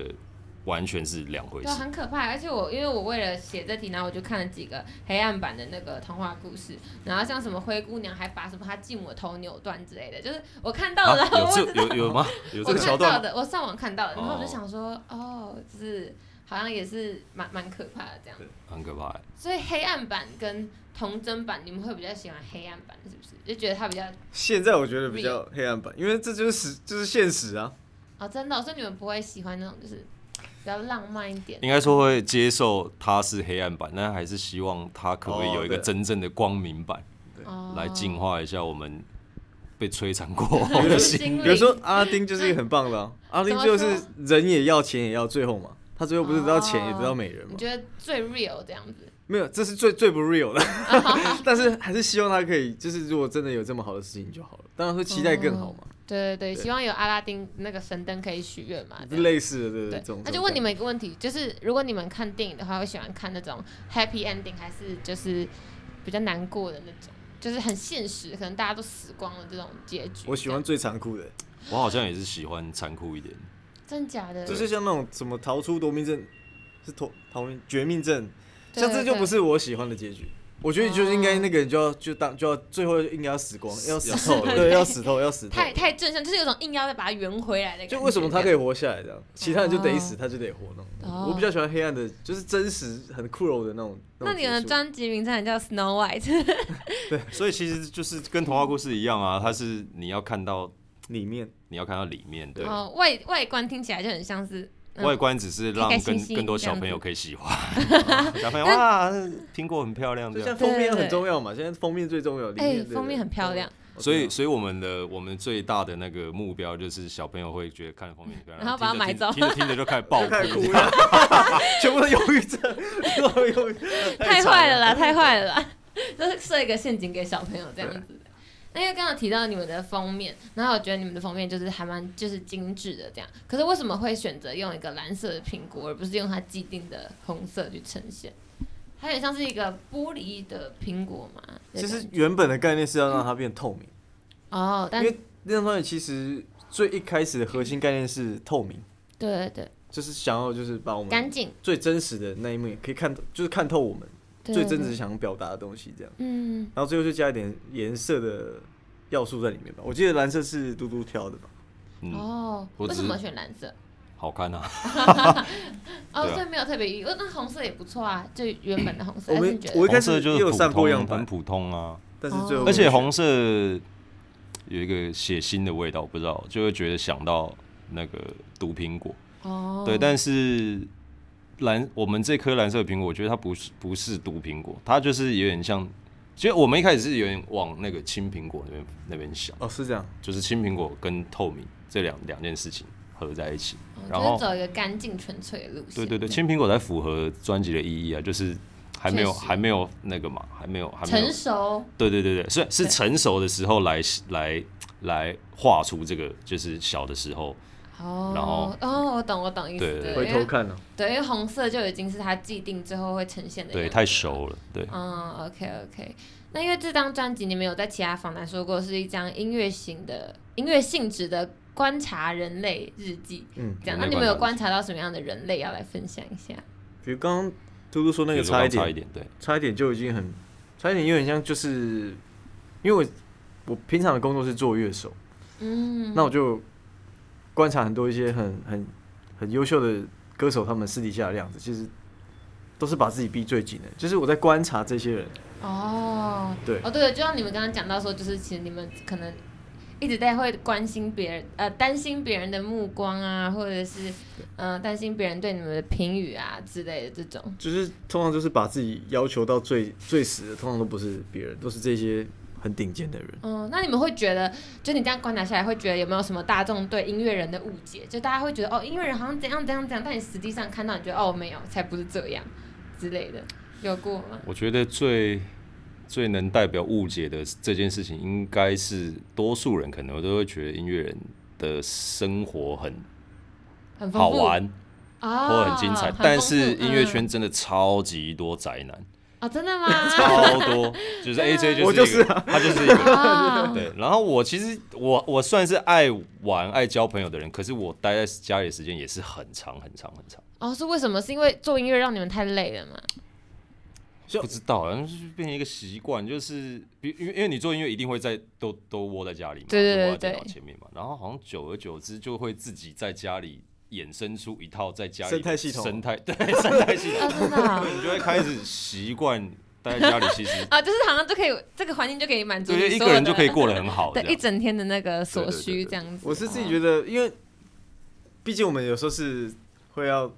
C: 完全是两回
B: 对啊，
C: 事。
B: 很可怕。而且我因为我为了写这题，然后我就看了几个黑暗版的那个童话故事，然后像什么灰姑娘还把什么她继母的头扭断之类的，就是我看到了，
C: 有
B: 我不
C: 这
B: 知道
C: 啊有有吗？有这
B: 我
C: 个
B: 看
C: 桥段
B: 到
C: 吗？
B: 的，我上网看到的，然后我就
C: 哦
B: 想说，哦，就是好像也是蛮蛮可怕的这样。
C: 很可怕欸、
B: 所以黑暗版跟童真版，你们会比较喜欢黑暗版，是不是？就觉得它比较
D: 现在我觉得比较黑暗版，因为这就是实，就是现实啊。
B: 哦，真的哦、所以你们不会喜欢那种就是比较浪漫一点。
C: 应该说会接受它是黑暗版，但还是希望它可不可以有一个
D: 哦对
C: 真正的光明版，
B: 哦
C: 来净化一下我们被摧残过后
D: 比
C: 的心。
D: 如说，
B: 心
D: 比如说阿拉丁就是一个很棒的啊、阿拉丁就是人也要钱也要，最后嘛，他最后不是得到钱也得到美人
B: 你
D: 嘛？
B: 觉得最 real 这样子？
D: 没有，这是最最不 real 的，但是还是希望他可以，就是如果真的有这么好的事情就好了，当然会期待更好嘛，
B: 嗯对对对，
D: 对
B: 希望有阿拉丁那个神灯可以许愿嘛。这样
D: 类似的对
B: 嗯对
D: 这种。
B: 那就问你们一个问题，就是如果你们看电影的话，会喜欢看那种 happy ending，还是就是比较难过的那种，就是很现实，可能大家都死光了这种结局？
D: 我喜欢最残酷的、
C: 我好像也是喜欢残酷一点。
B: 这样，真假的？
D: 就是像那种什么逃出夺命镇，是逃逃命绝命镇，
B: 对
D: 像这就
B: 对
D: 不是我喜欢的结局。我觉得就是应该那个人就要
B: 哦
D: 就当就要最后应该要死光，要死透，
C: 对
D: 对，要死透，要死透。
B: 太太正向，就是有种硬要再把它圆回来的感觉。
D: 就为什么他可
B: 以？
D: 以活下来这样，其他人就得死，他就得活那
B: 哦
D: 种。我比较喜欢黑暗的，就是真实很酷肉的那种。
B: 那
D: 种
B: 你的
D: 结束
B: 专辑名称也叫 Snow White，
C: 所以其实就是跟童话故事一样啊，它是你要看到
D: 里面，
C: 你要看到里面，对，
B: 哦，外外观听起来就很像是嗯
C: 外观只是让
B: 开开心
C: 更
B: 心
C: 更多小朋友可以喜欢， 小朋友哇，苹果很漂亮
D: 就
C: 这样。
D: 像封面
B: 对对
D: 很重要嘛，现在封面最重要。里
B: 哎
D: 面，
B: 封面很漂亮。，
D: 对对啊
C: 所以，所以我们的我们最大的那个目标就是小朋友会觉得看封面很漂 亮，
B: 然后把它
C: 听着
B: 买
C: 听着
B: 走
C: 听着听着就开始爆
D: 我
C: 哭
D: 知道我知道就开始
C: 这
D: 哭
C: 样。
D: 了，全部都忧郁症，都忧郁症，
B: 太
D: 惨
B: 坏了啦，太坏了啦， 就是设一个陷阱给小朋友这样子。那因为刚刚提到你们的封面，然后我觉得你们的封面就是还蛮就是精致的这样，可是为什么会选择用一个蓝色的苹果，而不是用它既定的红色去呈现？它有点像是一个玻璃的苹果嘛。的
D: 其
B: 感
D: 实
B: 觉
D: 原本的概念是要让它变透明，
B: 哦，但
D: 因为那张专辑其实最一开始的核心概念是透明，
B: 对对对，
D: 就是想要就是把我
B: 干
D: 们
B: 净，
D: 最真实的那一面可以看，就是看透我们
B: 对
D: 最
B: 对
D: 真
B: 对
D: 实想要表达的东西这样。
B: 嗯，
D: 然后最后就加一点颜色的要素在里面吧。我记得蓝色是嘟嘟挑的吧？
C: 嗯，
B: 哦，
C: 我
B: 为什
C: 只是
B: 么选蓝色？
C: 好看啊。
B: 哦，
C: 对啊
B: 所以没有特别意义。哦那红色也不错啊，就原本的红色。
D: 我
B: 还是
D: 们
B: 哎你觉得
D: 我一开
C: 红
D: 始
C: 色就
D: 也
C: 是
D: 有
C: 普
D: 上过样
C: 通，很
D: 板，
C: 普通啊。
D: 但是最后
C: 而且红色有一个血腥的味道，不知道就会觉得想到那个毒苹果。
B: 哦，
C: 对，但是蓝我们这颗蓝色的苹果，我觉得它不是不是毒苹果，它就是有点像。其实我们一开始是有点往那个青苹果那边那边想，
D: 哦是这样，
C: 就是青苹果跟透明这两两件事情合在一起
B: 哦，
C: 然
B: 就是
C: 后
B: 走一个干净纯粹的路线。
C: 对对对，青苹果才符合专辑的意义啊，就是还没有
B: 确实
C: 还没有那个嘛，还没有还没有
B: 成熟，
C: 对对对对，是是
B: 对
C: 成熟的时候来来来画出这个，就是小的时候，
B: 哦，
C: 然后
B: 哦，我懂我懂意思，
C: 对
B: 对，
D: 回
B: 因
D: 头
B: 为
D: 看了、
B: 对，因为红色就已经是它既定最后会呈现的，
C: 对，太。熟了，对，
B: 嗯，OK OK，那因为这张专辑你们有在其他访谈说过是一张音乐型的音乐性质的观察人类日记，
D: 嗯，
B: 这样，
C: 人
B: 那
C: 类
B: 你们有观
C: 观
B: 察到什么样的人类要来分享一下？
D: 比如刚刚嘟嘟说那
C: 比
D: 个
C: 如说
D: 差
C: 刚
D: 一点
C: 差一，点，对，
D: 差一点就已经很，差一点有点像就是，因为我我平常的工作是做乐手，
B: 嗯，
D: 那我就观察很多一些很很很优秀的歌手，他们私底下的样子，其实都是把自己逼最紧的。就是我在观察这些人，
B: 哦，
D: 对
B: 哦对，就像你们刚刚讲到说，就是其实你们可能一直在会关心别人，呃，担心别人的目光啊，或者是嗯、呃担心别人对你们的评语啊之类的这种。
D: 就是通常就是把自己要求到最最死的，通常都不是别人，都是这些很顶尖的人。
B: 嗯，那你们会觉得，就你这样观察下来，会觉得有没有什么大众对音乐人的误解？就大家会觉得哦，音乐人好像怎样怎样怎样，但你实际上看到，你觉得哦，没有，才不是这样之类的，有过吗？
C: 我觉得最最能代表误解的这件事情，应该是多数人可能都会觉得音乐人的生活很
B: 很丰
C: 好
B: 富
C: 玩
B: 啊，
C: 或很精彩，
B: 很
C: 但
B: 丰
C: 是
B: 富
C: 音乐
B: 嗯
C: 圈真的超级多宅男，
B: 哦，真的吗？
C: 超多，就是 A J
D: 我
C: 就
D: 就是
C: 一
D: 是
C: 个，他就是一个。
B: 啊，
C: 对，然后我其实我我算是爱玩、爱交朋友的人，可是我待在家里的时间也是很长、很长、很长。
B: 哦，是为什么？是因为做音乐让你们太累了吗？
D: 就
C: 不知道，好像就是变成一个习惯，就是比因为因为你做音乐一定会在都都窝在家里嘛，
B: 对对
C: 就窝在
B: 对
C: 电脑
B: 对
C: 前面嘛，然后好像久而久之就会自己在家里衍生出一套在家里
D: 生态
C: 的
D: 系统
C: 生态 对生态系
B: 啊，
C: 统，
B: 真的啊，
C: 你就会开始习惯待在家里，其实
B: 啊就是好像就可以，这个环境就可以满足 你
C: 对对一
B: 所有
C: 个人
B: 的
C: 就可以过得很好，
B: 对
C: 这
B: 一
C: 样
B: 整天的那个所
C: 对对对
B: 需
C: 对
B: 这样子。
D: 我是自己
B: 得
D: 觉得，
B: 哦
D: 因为毕竟我们有时候是会要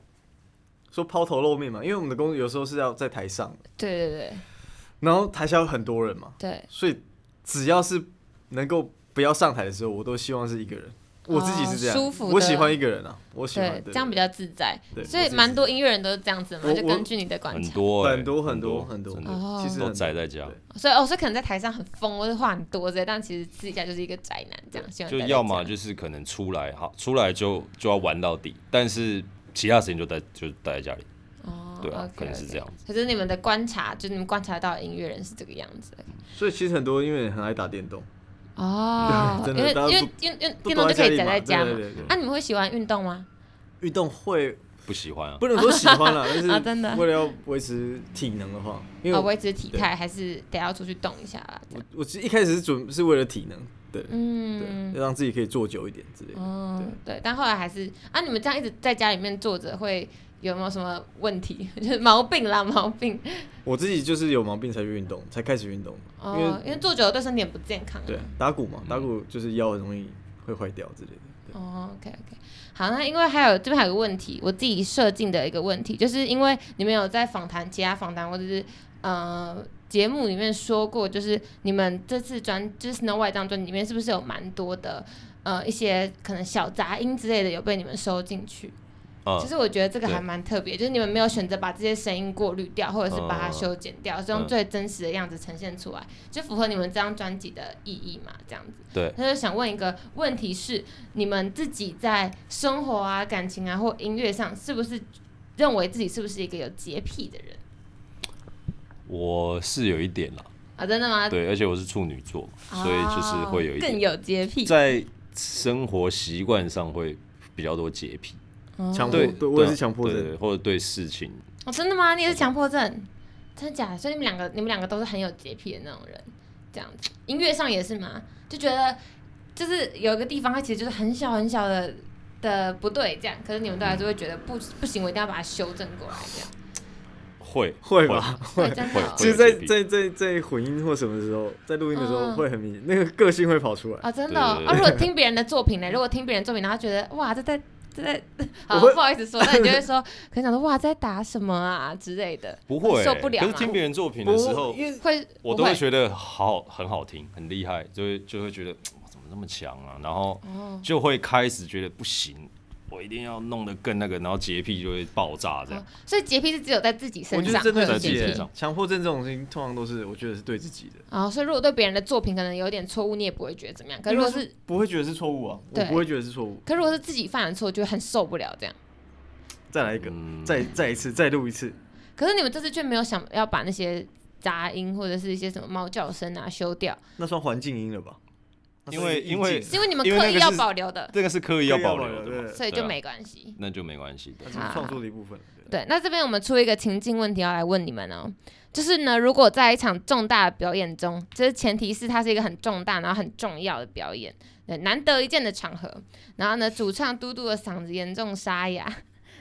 D: 说抛头露面嘛，因为我们的工作有时候是要在台上，
B: 对对对
D: 然后台下有很多人嘛，
B: 对，
D: 所以只要是能够不要上台的时候，我都希望是一个人。我自己是这样，
B: 哦舒服的
D: 我喜欢一个人啊，我喜欢
B: 对
D: 对
B: 这样比较自在。
D: 对
B: 所
D: 我
B: 以
D: 自己
B: 蛮多音乐人都是这样子嘛，
D: 我
B: 就
D: 我
B: 根据你的观
C: 很
B: 察。
C: 多欸
D: 很多很多很
C: 很
D: 多
C: 真的
B: 哦
D: 其实
C: 都
D: 很
C: 宅在家
D: 对。
B: 所以哦，所以可能在台上很疯，或者话很多之类，但其实私底下就是一个宅男这样。喜欢
C: 就
B: 待在
C: 要么
B: 家
C: 就是可能出来好，出来就就要玩到底，但是其他时间就待就待在家里。
B: 哦，
C: 对啊
B: OK，
C: 可能是
B: OK
C: 这样。
B: 可是你们的观察，就是你们观察到的音乐人是这个样子的。
D: 所以其实很多音乐人很爱打电动，
B: 哦，因
D: 真的
B: 为
D: 大家
B: 因为
D: 不
B: 因为因为
D: 不
B: 电
D: 躲
B: 动就可以
D: 里
B: 宅在家
D: 对
B: 嘛。
D: 对对对
B: 啊，你们会喜欢运动吗？
D: 运动会
C: 不喜欢啊，
D: 不能说喜欢 了，
B: 啊
D: 但
B: 真的
D: 是为了要维持体能的话，因为
B: 啊，
D: 我
B: 维持体态还是得要出去动一下啦。这
D: 我
B: 样
D: 我其实一开始是准是为了体能，对对，
B: 嗯，
D: 要让自己可以坐久一点之类的。
B: 哦，对，但后来还是啊，你们这样一直在家里面坐着，会有没有什么问题？ 就是毛病啦，毛病。
D: 我自己就是有毛病才去运动，才开始运动，因
B: 哦，因
D: 为
B: 为坐久了对身体很不健康。啊
D: 对打鼓
C: 嗯
D: 嘛，打鼓就是腰很容易会坏掉之类的。对
B: 哦，OK OK，好，那因为还有这边还有个问题，我自己设定的一个问题，就是因为你们有在访谈其他访谈或者是呃节目里面说过，就是你们这次专就是 Snow White 这张专辑里面是不是有蛮多的呃一些可能小杂音之类的有被你们收进去？
C: 啊
B: 其，实我觉得这个
C: 对
B: 还蛮特别，就是你们没有选择把这些声音过滤掉，或者是把它
C: 嗯
B: 修剪掉，是用
C: 嗯
B: 最真实的样子呈现出来，就符合你们这张专辑的意义嘛？这样子。
C: 对，
B: 他就想问一个问题是：你们自己在生活啊、感情啊或音乐上，是不是认为自己是不是一个有洁癖的人
C: 我是有一点啦，
B: 啊？真的吗？
C: 对，而且我是处女座，
B: 哦，
C: 所以就是会有一
B: 更
C: 点
B: 有洁癖，
C: 在生活习惯上会比较多洁癖，
B: 哦
D: 强迫
C: 对，
D: 对我也是强迫
C: 对
D: 症
C: 对对或者对事情，
B: 哦，真的吗？你也是强迫症？真的假的？所以你们两个，你们两个都是很有洁癖的那种人，这样子。音乐上也是嘛，就觉得就是有一个地方，它其实就是很小很小的的的不对，这样，可是你们都还是会觉得不不行，我一定要把它修正过来，这 样
C: 会
D: 会吧？
B: 会真的哦
D: 其实
C: 会
D: 在
C: 有洁癖
D: 在在在混音或什么的时候，在录音的时候
B: 嗯
D: 会很明显，那个个性会跑出来。
B: 哦，真的哦。
C: 对对对
B: 啊，如果听别人的作 品呢？如果听别人作品，然后觉得哇，这在这在，好
D: 我会
B: 不好意思说，但你 就会说，可能想说哇，在打什么啊之类的，
C: 不会、
B: 受不了
C: 可
B: 嘛
C: 是听别人作品
D: 不
C: 的时候，
D: 因为
B: 会
C: 我
B: 不
C: 都会觉得好很好听，很厉害，就会就会觉得哇怎么那么强啊，然后
B: 哦
C: 就会开始觉得不行，我一定要弄得更那个，然后洁癖就会爆炸这样
B: 哦。所以洁癖是只有在自己
D: 我
B: 身
D: 觉得
B: 上
D: 真
B: 会
D: 的
B: 有
D: 是
C: 在自
D: 自
B: 洁
C: 己
D: 己
C: 身
B: 癖
C: 上
D: 强迫症这种事情，通常都是我觉得是对自己的。
B: 哦，所以如果对别人的作品可能有点错误，你也不会觉得怎么样。可
C: 嗯
B: 如果是，
D: 不会觉得是错误啊，我
B: 对
D: 不会觉得是错误。
B: 可如果是自己犯的错，就会很受不了这样。
D: 再来一个，
C: 嗯
D: 再再一次，再录一次。
B: 可是你们这次却没有想要把那些杂音或者是一些什么猫叫声啊修掉，
D: 那算环境音了吧？
C: 因为因为
B: 是因为你们
C: 因为
B: 刻
C: 那
B: 意
C: 个
B: 要
C: 是
B: 保留的，
C: 这个是刻意要保留的嘛，
D: 对，
B: 所以就
C: 对啊
B: 没关系。
C: 那就没关系的
D: 它。是创作的一部分。对
B: 对，那这边我们出一个情境问题要来问你们哦，就是呢，如果在一场重大的表演中，就是前提是它是一个很重大然后很重要的表演，对，难得一见的场合，然后呢，主唱嘟嘟的嗓子严重沙哑，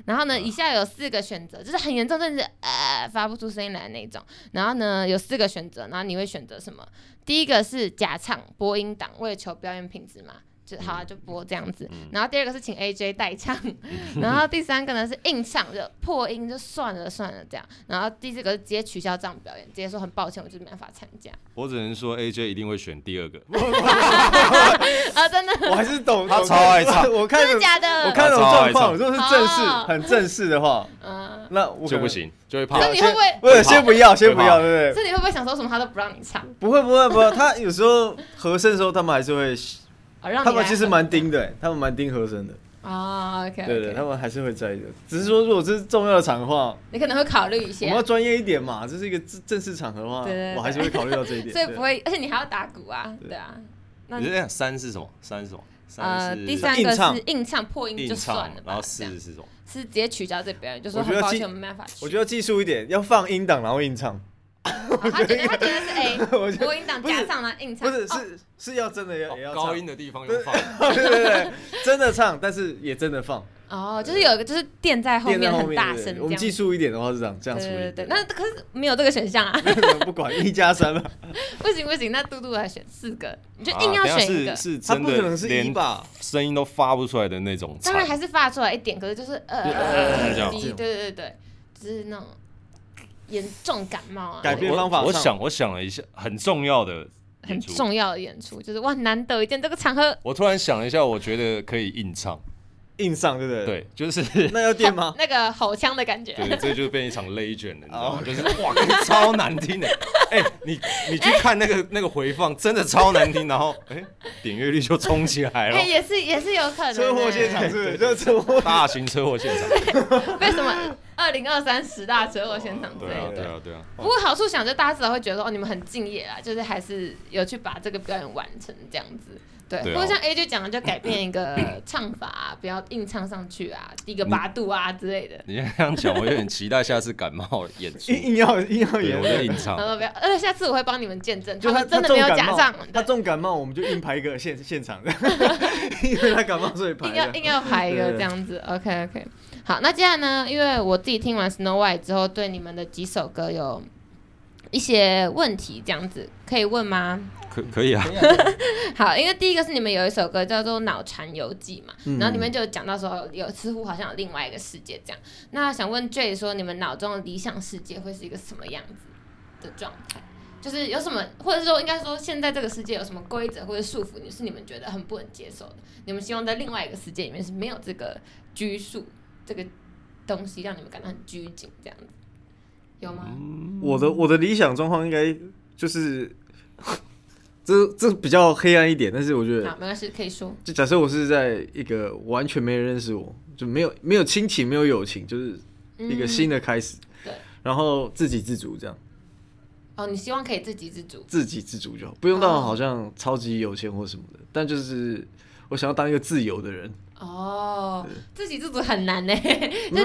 B: 然后呢，以下有四个选择，就是很严重，甚至呃发不出声音来的那种，然后呢，有四个选择，然后你会选择什么？第一个是假唱播音档，为了求表演品质嘛。就好、啊，就播这样子。然后第二个是请 AJ 代唱，
D: 嗯
B: 然后第三个呢是硬唱，就破音就算了算了这样。然后第四个是直接取消这场表演，直接说很抱歉，我就是没办法参加。
C: 我只能说 AJ 一定会选第二 个，
B: 啊，真的，
D: 我还是懂，
C: 他
D: 懂
C: 超爱唱
D: 我看
B: 真
D: 着
B: 的假
D: 我
B: 的？
D: 看这种状况，如果是正式
B: 哦
D: 很正式的话，
B: 嗯，
D: 那我可
C: 就
D: 能
C: 不。行，就会怕。
B: 那你会不会？
D: 不是，先不要，先不要，
C: 会
D: 对不对？
B: 这你会不会想说什么他都不让你唱？
D: 不会，不会，不会。他有时候和声的时候，他们还是会，
B: 啊，让你
D: 他们
B: 来
D: 其实蛮盯的，他们蛮盯和声的。
B: 啊，OK，
D: 对对，他们还是会在意的。只是说，如果这是重要的场的话，
B: 你可能会考虑一
D: 我
B: 些
D: 们要，专业一点嘛。这是一个正正式场合的话
B: 啊对对，对
D: 我还是会考虑到这一点。
B: 所以
D: 对
B: 不会，而且你还要打鼓啊，
D: 对
B: 对啊。那
C: 你是这样三是什么？三是什么？
B: 呃，
C: 三是
B: 第三个
D: 硬唱
B: 是硬唱破音
C: 硬
B: 就算
C: 唱
B: 了，吧，
C: 然后
B: 这样
C: 四是什么？
B: 是直接取消这表演，就说
D: 我觉
B: 很
D: 得
B: 抱
D: 技
B: 歉，我们没办法去。
D: 我觉得技术一点，要放音档然后硬唱，
B: 得他觉得他觉得是
D: 我
B: A
D: 觉得
B: 播音档
D: 不是
B: 加上呢硬
D: 不
B: 唱，
D: 是
B: 哦
D: 是是要真的要也要唱
C: 哦高音，的地方又放，
D: 对对对，真的唱，但是也真的放，
B: 哦，就是有一个就是垫在后
D: 垫在
B: 面
D: 后
B: 很
D: 面。
B: 大
D: 对
B: 声
D: 对
B: 这
D: 对
B: 样。
D: 我们技术一点的话是这样这
B: 对
D: 样处
B: 对
D: 理。
B: 对，那可是没有这个选项啊，
D: 那不管一加三啊 了，
B: 不行不行，那嘟嘟来选四个，你 就
C: 啊
B: 硬要
C: 等下
B: 选一个
C: 是。是
D: 他
C: 真
D: 不
C: 的
D: 可能是一
C: 连
D: 吧？
C: 声音都发不出来的那种
B: 当
C: 惨。
B: 然还是发出来一点，可是就是呃呃
C: 这样
B: 低，对对对对，就是那种严重感冒啊，
D: 改变
C: 我
D: 方法
C: 我
D: 上
C: 想我想了一下，很重要的
B: 很
C: 演出，
B: 重要的演出，就是哇难得一见这个场合，
C: 我突然想了一下，我觉得可以硬唱，
D: 硬上对不对？，
C: 对，就是。
D: 那要 垫吗？
B: 那个吼腔的感觉，
C: 对，这就变一场 legend 了，你知道吗？
D: 哦
C: 就是哇，超难 听的。哎、你你去看那个、
B: 哎
C: 那个回放，真的超难听。然后哎、点阅率就冲起来
B: 哎，
C: 了，
B: 也是也是有可能
D: 车祸
B: 欸
D: 现场是不是？就是车祸。
C: 大型车祸现 场。
B: 为什么二零二三十大车祸现场之
C: 对
B: 类
C: 啊，
B: 的
C: 对。啊，对啊。
B: 不过好处想，就大家至少会觉得说哦，你们很敬业啦，就是还是有去把这个表演完成这样子。对，
D: 哦
C: 对啊
B: 不过像 A 就讲的，就改变一个唱法、啊，不要硬唱上去啊，第一个八度啊之类
D: 嗯
B: 的。
C: 你这样讲，我有点期待下次感冒演 出。
D: 硬硬要硬要
C: 对，
D: 演
C: 我，就硬唱
B: 然。后不要，而且下次我会帮你们见证，
D: 就
B: 他
D: 他
B: 们真的没有假
D: 他
B: 唱
D: 重感，冒哦他
B: 对，
D: 重感冒，我们就硬排一个现现场的， 因为他感冒所以排
B: 硬要
D: 的。
B: 硬要排一个
D: 对
B: 这样子。OK OK，好，那接下来呢，因为我自己听完 Snow White 之后，对你们的几首歌有一些问题，这样子可以问吗？
C: 可可以啊，
B: 好，因为第一个是你们有一首歌叫做《脑残游记》嘛，
D: 嗯
B: 然后里面就有讲到说有似乎好像有另外一个世界这样。那想问 J 说，你们脑中的理想世界会是一个什么样子的状态？就是有什么，或者说应该说现在这个世界有什么规则或者束缚，你是你们觉得很不能接受的？你们希望在另外一个世界里面是没有这个拘束这个东西，让你们感到很拘谨这样子，有吗？
D: 我的我的理想状况应该就是， 这这比较黑暗一点，但是我觉
B: 好，
D: 得，
B: 没关系，可以说。
D: 就假设我是在一个完全没人认识我，就没有没有亲情，没有友情，就是
B: 嗯
D: 一个新的开始，
B: 对
D: 然后自给自足这样，
B: 哦，你希望可以自给自足。
D: 自给自足就好，不用到
B: 哦
D: 好像超级有钱或什么的，但就是我想要当一个自由的人，
B: 哦，自自给自足很 难呢，就
D: 没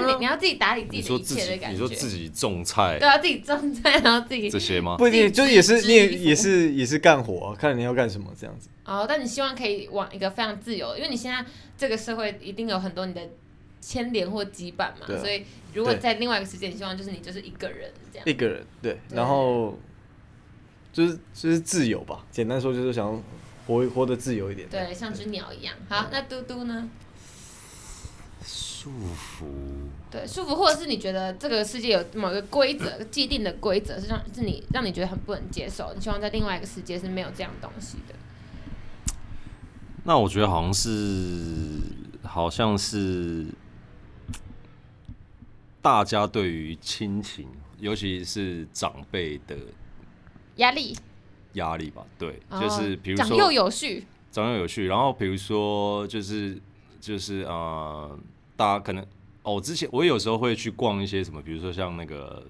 B: 是
D: 有啊
B: 你你要自己打理自
C: 你
B: 己的
C: 说
B: 一
C: 自
B: 切的
C: 己，
B: 感
C: 你
B: 觉
C: 说，自己种菜
B: 对啊，自己种菜，然后自己
C: 这些吗？
D: 不一定，
B: 定
D: 就是也是
B: 制
D: 你也
B: 衣服
D: 也是也是干活、啊，看你要干什么这样子。
B: 哦，但你希望可以往一个非常自由，因为你现在这个社会一定有很多你的牵连或羁绊嘛，
D: 对啊
B: 所以如果
D: 对
B: 在另外一个世界，你希望就是你就是一个人这样
D: 一。个人对，
B: 对
D: 然后就是就是自由吧，简单说就是想要活活得自由一点。
B: 对，像只鸟一样。好，那嘟嘟呢？
C: 束缚，
B: 对，舒服，或者是你觉得这个世界有某一个规则、既定的规则，是让是你让你觉得很不能接受，你希望在另外一个世界是没有这样东西的。
C: 那我觉得好像是好像是大家对于亲情，尤其是长辈的
B: 压力，
C: 压力吧，对，
B: 哦
C: 就是比如
B: 长
C: 说
B: 幼有序，
C: 长幼有序。然后比如说就是就是呃，大家可能哦，之前我有时候会去逛一些什么，比如说像那个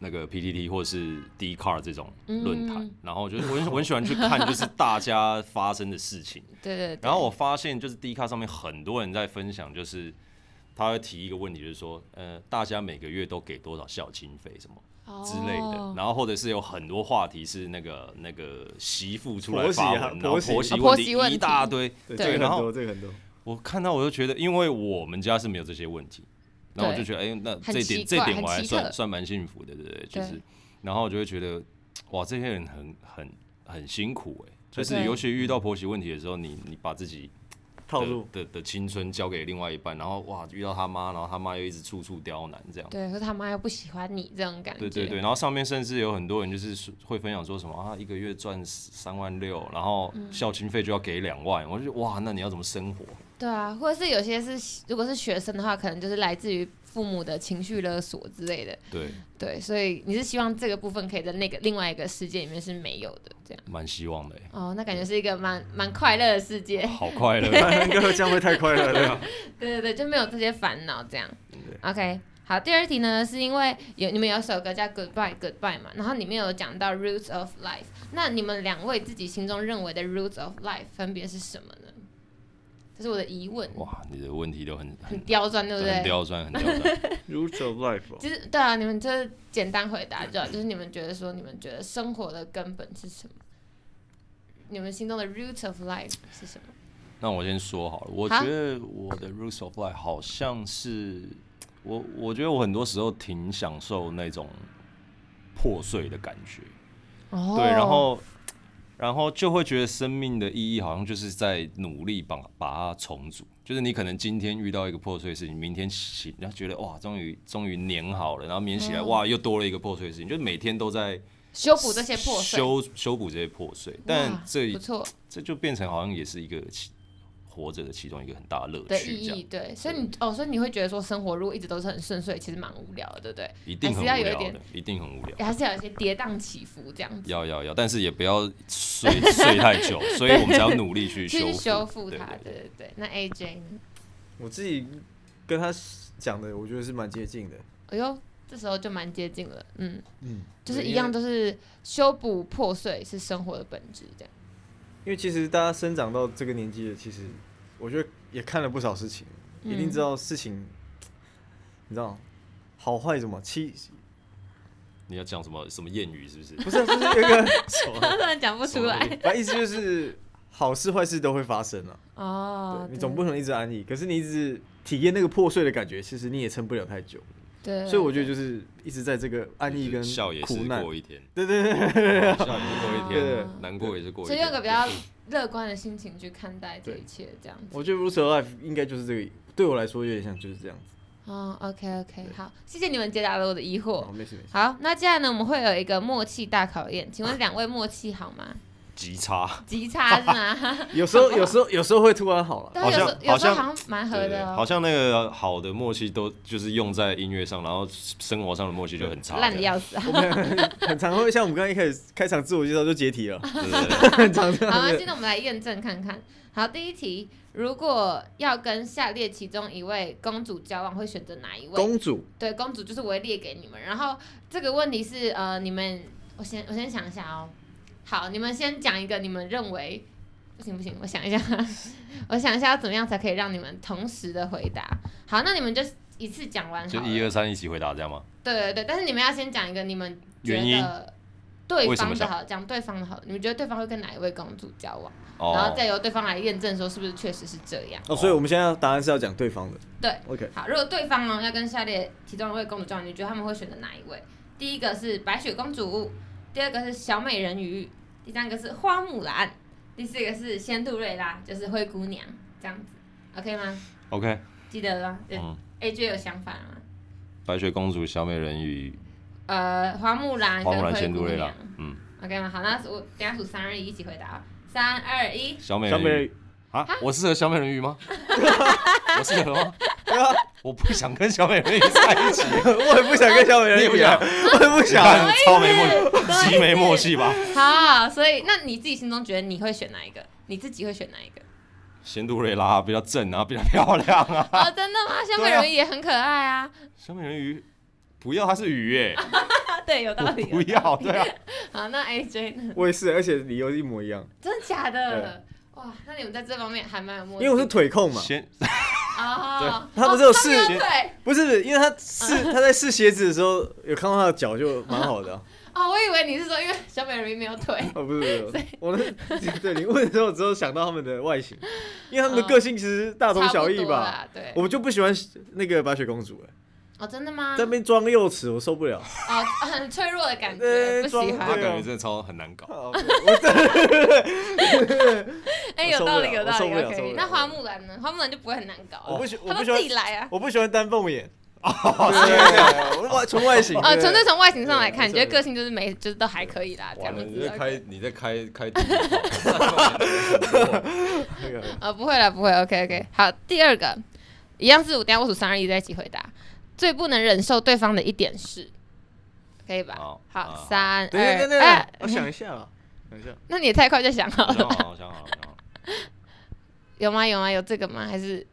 C: 那个 PTT 或是 d c a r 这种论坛，
B: 嗯
C: 然后就是我很我很喜欢去看就是大家发生的事情。
B: 对对对。
C: 然后我发现就是 d c a r 上面很多人在分享，就是他会提一个问题，就是说呃，大家每个月都给多少孝亲费什么。之类的，
B: 哦
C: 然后或者是有很多话题是那个那个媳妇出来
D: 婆媳
C: 发
D: 啊
C: 文，然后
D: 婆
C: 婆媳
D: 媳
B: 啊
C: 问
B: 婆媳问
C: 题
B: 题
C: 一大堆，
D: 对，
B: 对
D: 这个
C: 然
D: 很
C: 后
D: 多，这个很多。
C: 我看到我就觉得，因为我们家是没有这些问题，然后我就觉得，哎，那
B: 很
C: 这
B: 奇
C: 点这
B: 怪
C: 点
B: 很
C: 我还
B: 奇特
C: 算算蛮幸福的，对不对？就
B: 对
C: 是，然后我就会觉得，哇，这些人很很很辛苦哎、就是
B: 对
C: 尤其遇到婆媳问题的时候，你你把自己
D: 套路
C: 的的的青春交给另外一半，然后哇，遇到他妈，然后他妈又一直处处刁难这样。
B: 对，可是他妈又不喜欢你这种感觉。
C: 对对对，然后上面甚至有很多人就是说会分享说什么啊，一个月赚三万六，然后
B: 嗯
C: 校经费就要给两万，我就觉得哇，那你要怎么生活？
B: 对啊，或者是有些是，如果是学生的话，可能就是来自于父母的情绪勒索之类的。
C: 对，
B: 对，所以你是希望这个部分可以在那个另外一个世界里面是没有的，这样。
C: 蛮希望的欸，
B: 哦，那感觉是一个蛮蛮快乐的世界。
C: 好快乐。
D: 那个 这样会太快乐了。
B: 对对对，就没有这些烦恼这样。OK，好，第二题呢，是因为有你们有首歌叫《Goodbye Goodbye》嘛，然后里面有讲到 Roots of Life，那你们两位自己心中认为的 Roots of Life 分别是什么呢？这是我的疑问，
C: 哇，你的问题 都很
B: 很
C: 很
B: 刁钻，对不
C: 很
B: 对？
C: 刁钻，很刁钻。
D: Roots of life，哦
B: 其实对啊，你们就是简单回答 就好，就是你们觉得说，你们觉得生活的根本是什么？你们心中的 Roots of Life 是什么？
C: 那我先说好了，我
B: 好
C: 觉得我的 rules of life 好像是我，我觉得我很多时候挺享受那种破碎的感觉。
B: 哦
C: 对，然后然后就会觉得生命的意义好像就是在努力把把它重组。就是你可能今天遇到一个破碎的事情，明天醒，然后觉得哇，终于终于粘好了，然后明天起来、哇，又多了一个破碎的事情，就是每天都在
B: 修嗯补这些破碎，
C: 修修补这些破碎。
B: 哇
C: 但这
B: 不错，
C: 这就变成好像也是一个其活着的其中一个很大的乐
B: 的
C: 趣，
B: 意
C: 这样
B: 义，对，所以你哦，所以你会觉得说生活如果一直都是很顺遂，其实蛮无聊的，对不对？
C: 一定很无
B: 还是要有
C: 聊
B: 一
C: 的，一定很无聊。
B: 还是要有一些跌宕起伏这样子，
C: 要要要，但是也不要睡睡太 久，所以我们才要努力去
B: 去
C: 修
B: 修复
C: 对
B: 它，
C: 对
B: 对对对。那 AJ 呢？
D: 我自己跟他讲的，我觉得是蛮接近的。
B: 哎呦，这时候就蛮接近了，嗯，
D: 嗯，
B: 就是一样
D: 的。
B: 都是修补破碎是生活的本质，这样。
D: 因为其实大家生长到这个年纪了，其实我觉得也看了不少事情，
B: 嗯
D: 一定知道事情，你知道好坏什么七
C: 你要讲什么什么谚语是不是？
D: 不是啊就是有一 个，
B: 他突然讲不出来
D: 反正意思就是好事坏事都会发生啊。
B: 哦
D: 对，你总不可能一直安逸，可是你一直体验那个破碎的感觉，其实你也撑不了太久。
B: 对，
D: 所以我觉得就是一直在这个安逸跟
C: 笑也是
D: 苦难，
C: 过一天，哦
D: 对对对啊
C: 笑也是过一
D: 对
C: 天，嗯难过也是过一
B: 所
C: 天。
B: 以用个比较乐观的心情去看待这一切，这样子。
D: 我觉得 r o o t of Life 应该就是这个，对我来说有点像就是这样子。
B: 哦，OK OK，好，谢谢你们解答了我的疑惑
D: 哦，。没事没事。
B: 好，那接下来呢，我们会有一个默契大考验，请问两位默契好 吗？
C: 极差，
B: 极差是吗？
D: 有时 候有时候有时候会突然好了，
B: 但有时候有
C: 好像
B: 时候
C: 好像
B: 好像蛮合
C: 对对
B: 的
C: 好
B: 哦，
C: 像那个好的默契都就是用在音乐上，然后生活上的默契就很差，
B: 烂的要 死啊！
D: 我们很常会像我们刚刚一开始开场自我介绍就解 题了，
C: 对对对
D: 很常这
B: 好，啊
D: 样
B: 那
D: 子
B: 现。在我们来验证看看。好，第一题，如果要跟下列其中一位公主交往，会选择哪一位？
D: 公主，
B: 对，公主就是我会列给你们。然后这个问题是呃，你们我先我先想一下哦。好，你们先讲一个你们认为不行不行，我想一下， 我想一下要怎么样才可以让你们同时的回答。好，那你们就一次讲完好
C: 就
B: 了。
C: 一二三一起回答这样吗？
B: 对对对，但是你们要先讲一个你们觉
C: 原因
B: 得对
C: 为什么
B: 方的
C: 想
B: 好，讲对方的好，你们觉得对方会跟哪一位公主交往，然后
C: 哦
B: 再，由对方来验证说是不是确实是这样。
D: 哦，所以我们现在答案是要讲对方的。
B: 对
D: ，OK，
B: 好，如果对方呢要跟下列其中一位公主交往，你觉得他们会选择哪一位？第一个是白雪公主，第二个是小美人鱼，第三个是花木兰，第四个是仙杜瑞拉，就是灰姑娘这样子，OK 吗？
C: ，OK，
B: 记得了吗？对、
C: 嗯，
B: a j 有想法吗？
C: 白雪公主、小美人鱼、
B: 呃，花木兰
C: 花
B: 跟
C: 木兰、
B: 灰
C: 仙杜
B: 姑
C: 瑞
B: 娘
C: 拉，嗯，
B: ，OK 吗？好，那我等一下数三二一一起回答哦，三二一，
C: 小美
D: 小
C: 人
D: 美
C: 鱼
D: 人鱼，
C: 啊，我适合小美人 鱼吗？我适合吗？
D: 啊
C: 我不想跟小美人鱼在一起，
D: 我也不想跟小美
C: 你也
D: 人
C: 不
D: 鱼
C: 想
D: 啊，，我也不想啊。
C: 看超没默契，极没默契吧？
B: 好，所以那你自己心中觉得你会选哪一个？你自己会选哪一个？
C: 仙杜瑞拉比较正啊，比较漂亮啊。
B: 哦，真的吗？小美人鱼也很可爱啊。
C: 小美人鱼不要，它是鱼耶，
B: 啊， 对，有道
C: 我
B: 理。
C: 不
B: 有道
C: 要，
B: 理
C: 对啊。
B: 好，那 AJ 呢？
D: 我也是，而且理由一模一样，
B: 真的假的？哇，那你们在这方面还蛮有默
D: 因
B: 契。
D: 为我是腿控嘛，
C: 先
B: 哦，
D: 对他们只有
B: 哦他没
D: 四
B: 有腿
D: 不是，因为他 试他在试鞋子的时候，有看到他的脚就蛮好的啊、
B: 哦，我以为你是说因为小美人鱼没有腿。
D: 哦，不 是，不是，我的对你问的时候，只有想到他们的外形，因为他们的个性其实 大同小
B: 嗯差
D: 异
B: 不多
D: 吧。
B: 啦，对
D: 我。们就不喜欢那个白雪公主、欸，
B: 哦，真的吗？
D: 在那边装幼齿，我受不了。
B: 哦，很脆弱的感觉，
D: 呃
B: 不喜
D: 装
C: 他
B: 欢
D: 对。
C: 感觉真的超很难搞。
D: 哦我我
B: 哎，
D: 我
B: 有
D: 受
B: 道
D: 不
B: 理，
D: 了
B: 有
D: 我
B: 道
D: 受
B: 理。
D: 不了
B: OK，
D: 受不了
B: 那花木兰呢？花木兰就不会很难搞
D: 我
B: 了
D: 不，喜我
B: 她
D: 不
B: 都
D: 喜欢
B: 自己来啊。
D: 我不喜欢丹凤 眼。哦对，我外纯外形。
B: 哦，
D: 对
B: 纯粹从外形上来
D: 对
B: 看，你觉得
D: 对
B: 个性就是没，就是都还可以啦，这样
C: 完了，
B: 子。
C: 你在
B: OK
C: 开你在开开，
D: 那个
B: 啊、不会了，不会。OK OK，好，第二个一样是我等一下我数三二一再一起回答。最不能忍受对方的一点是，可以吧？
C: 好好
B: 好
C: 好，
B: 三二
D: 啊等一下等一
B: 哎
D: 下，，我想一下啊，想一下，
B: 那你也太快就想好
C: 我
B: 了
C: 想
B: 吧，
C: 好，我想好，我想好。
B: 有吗？有吗？有这个吗？还是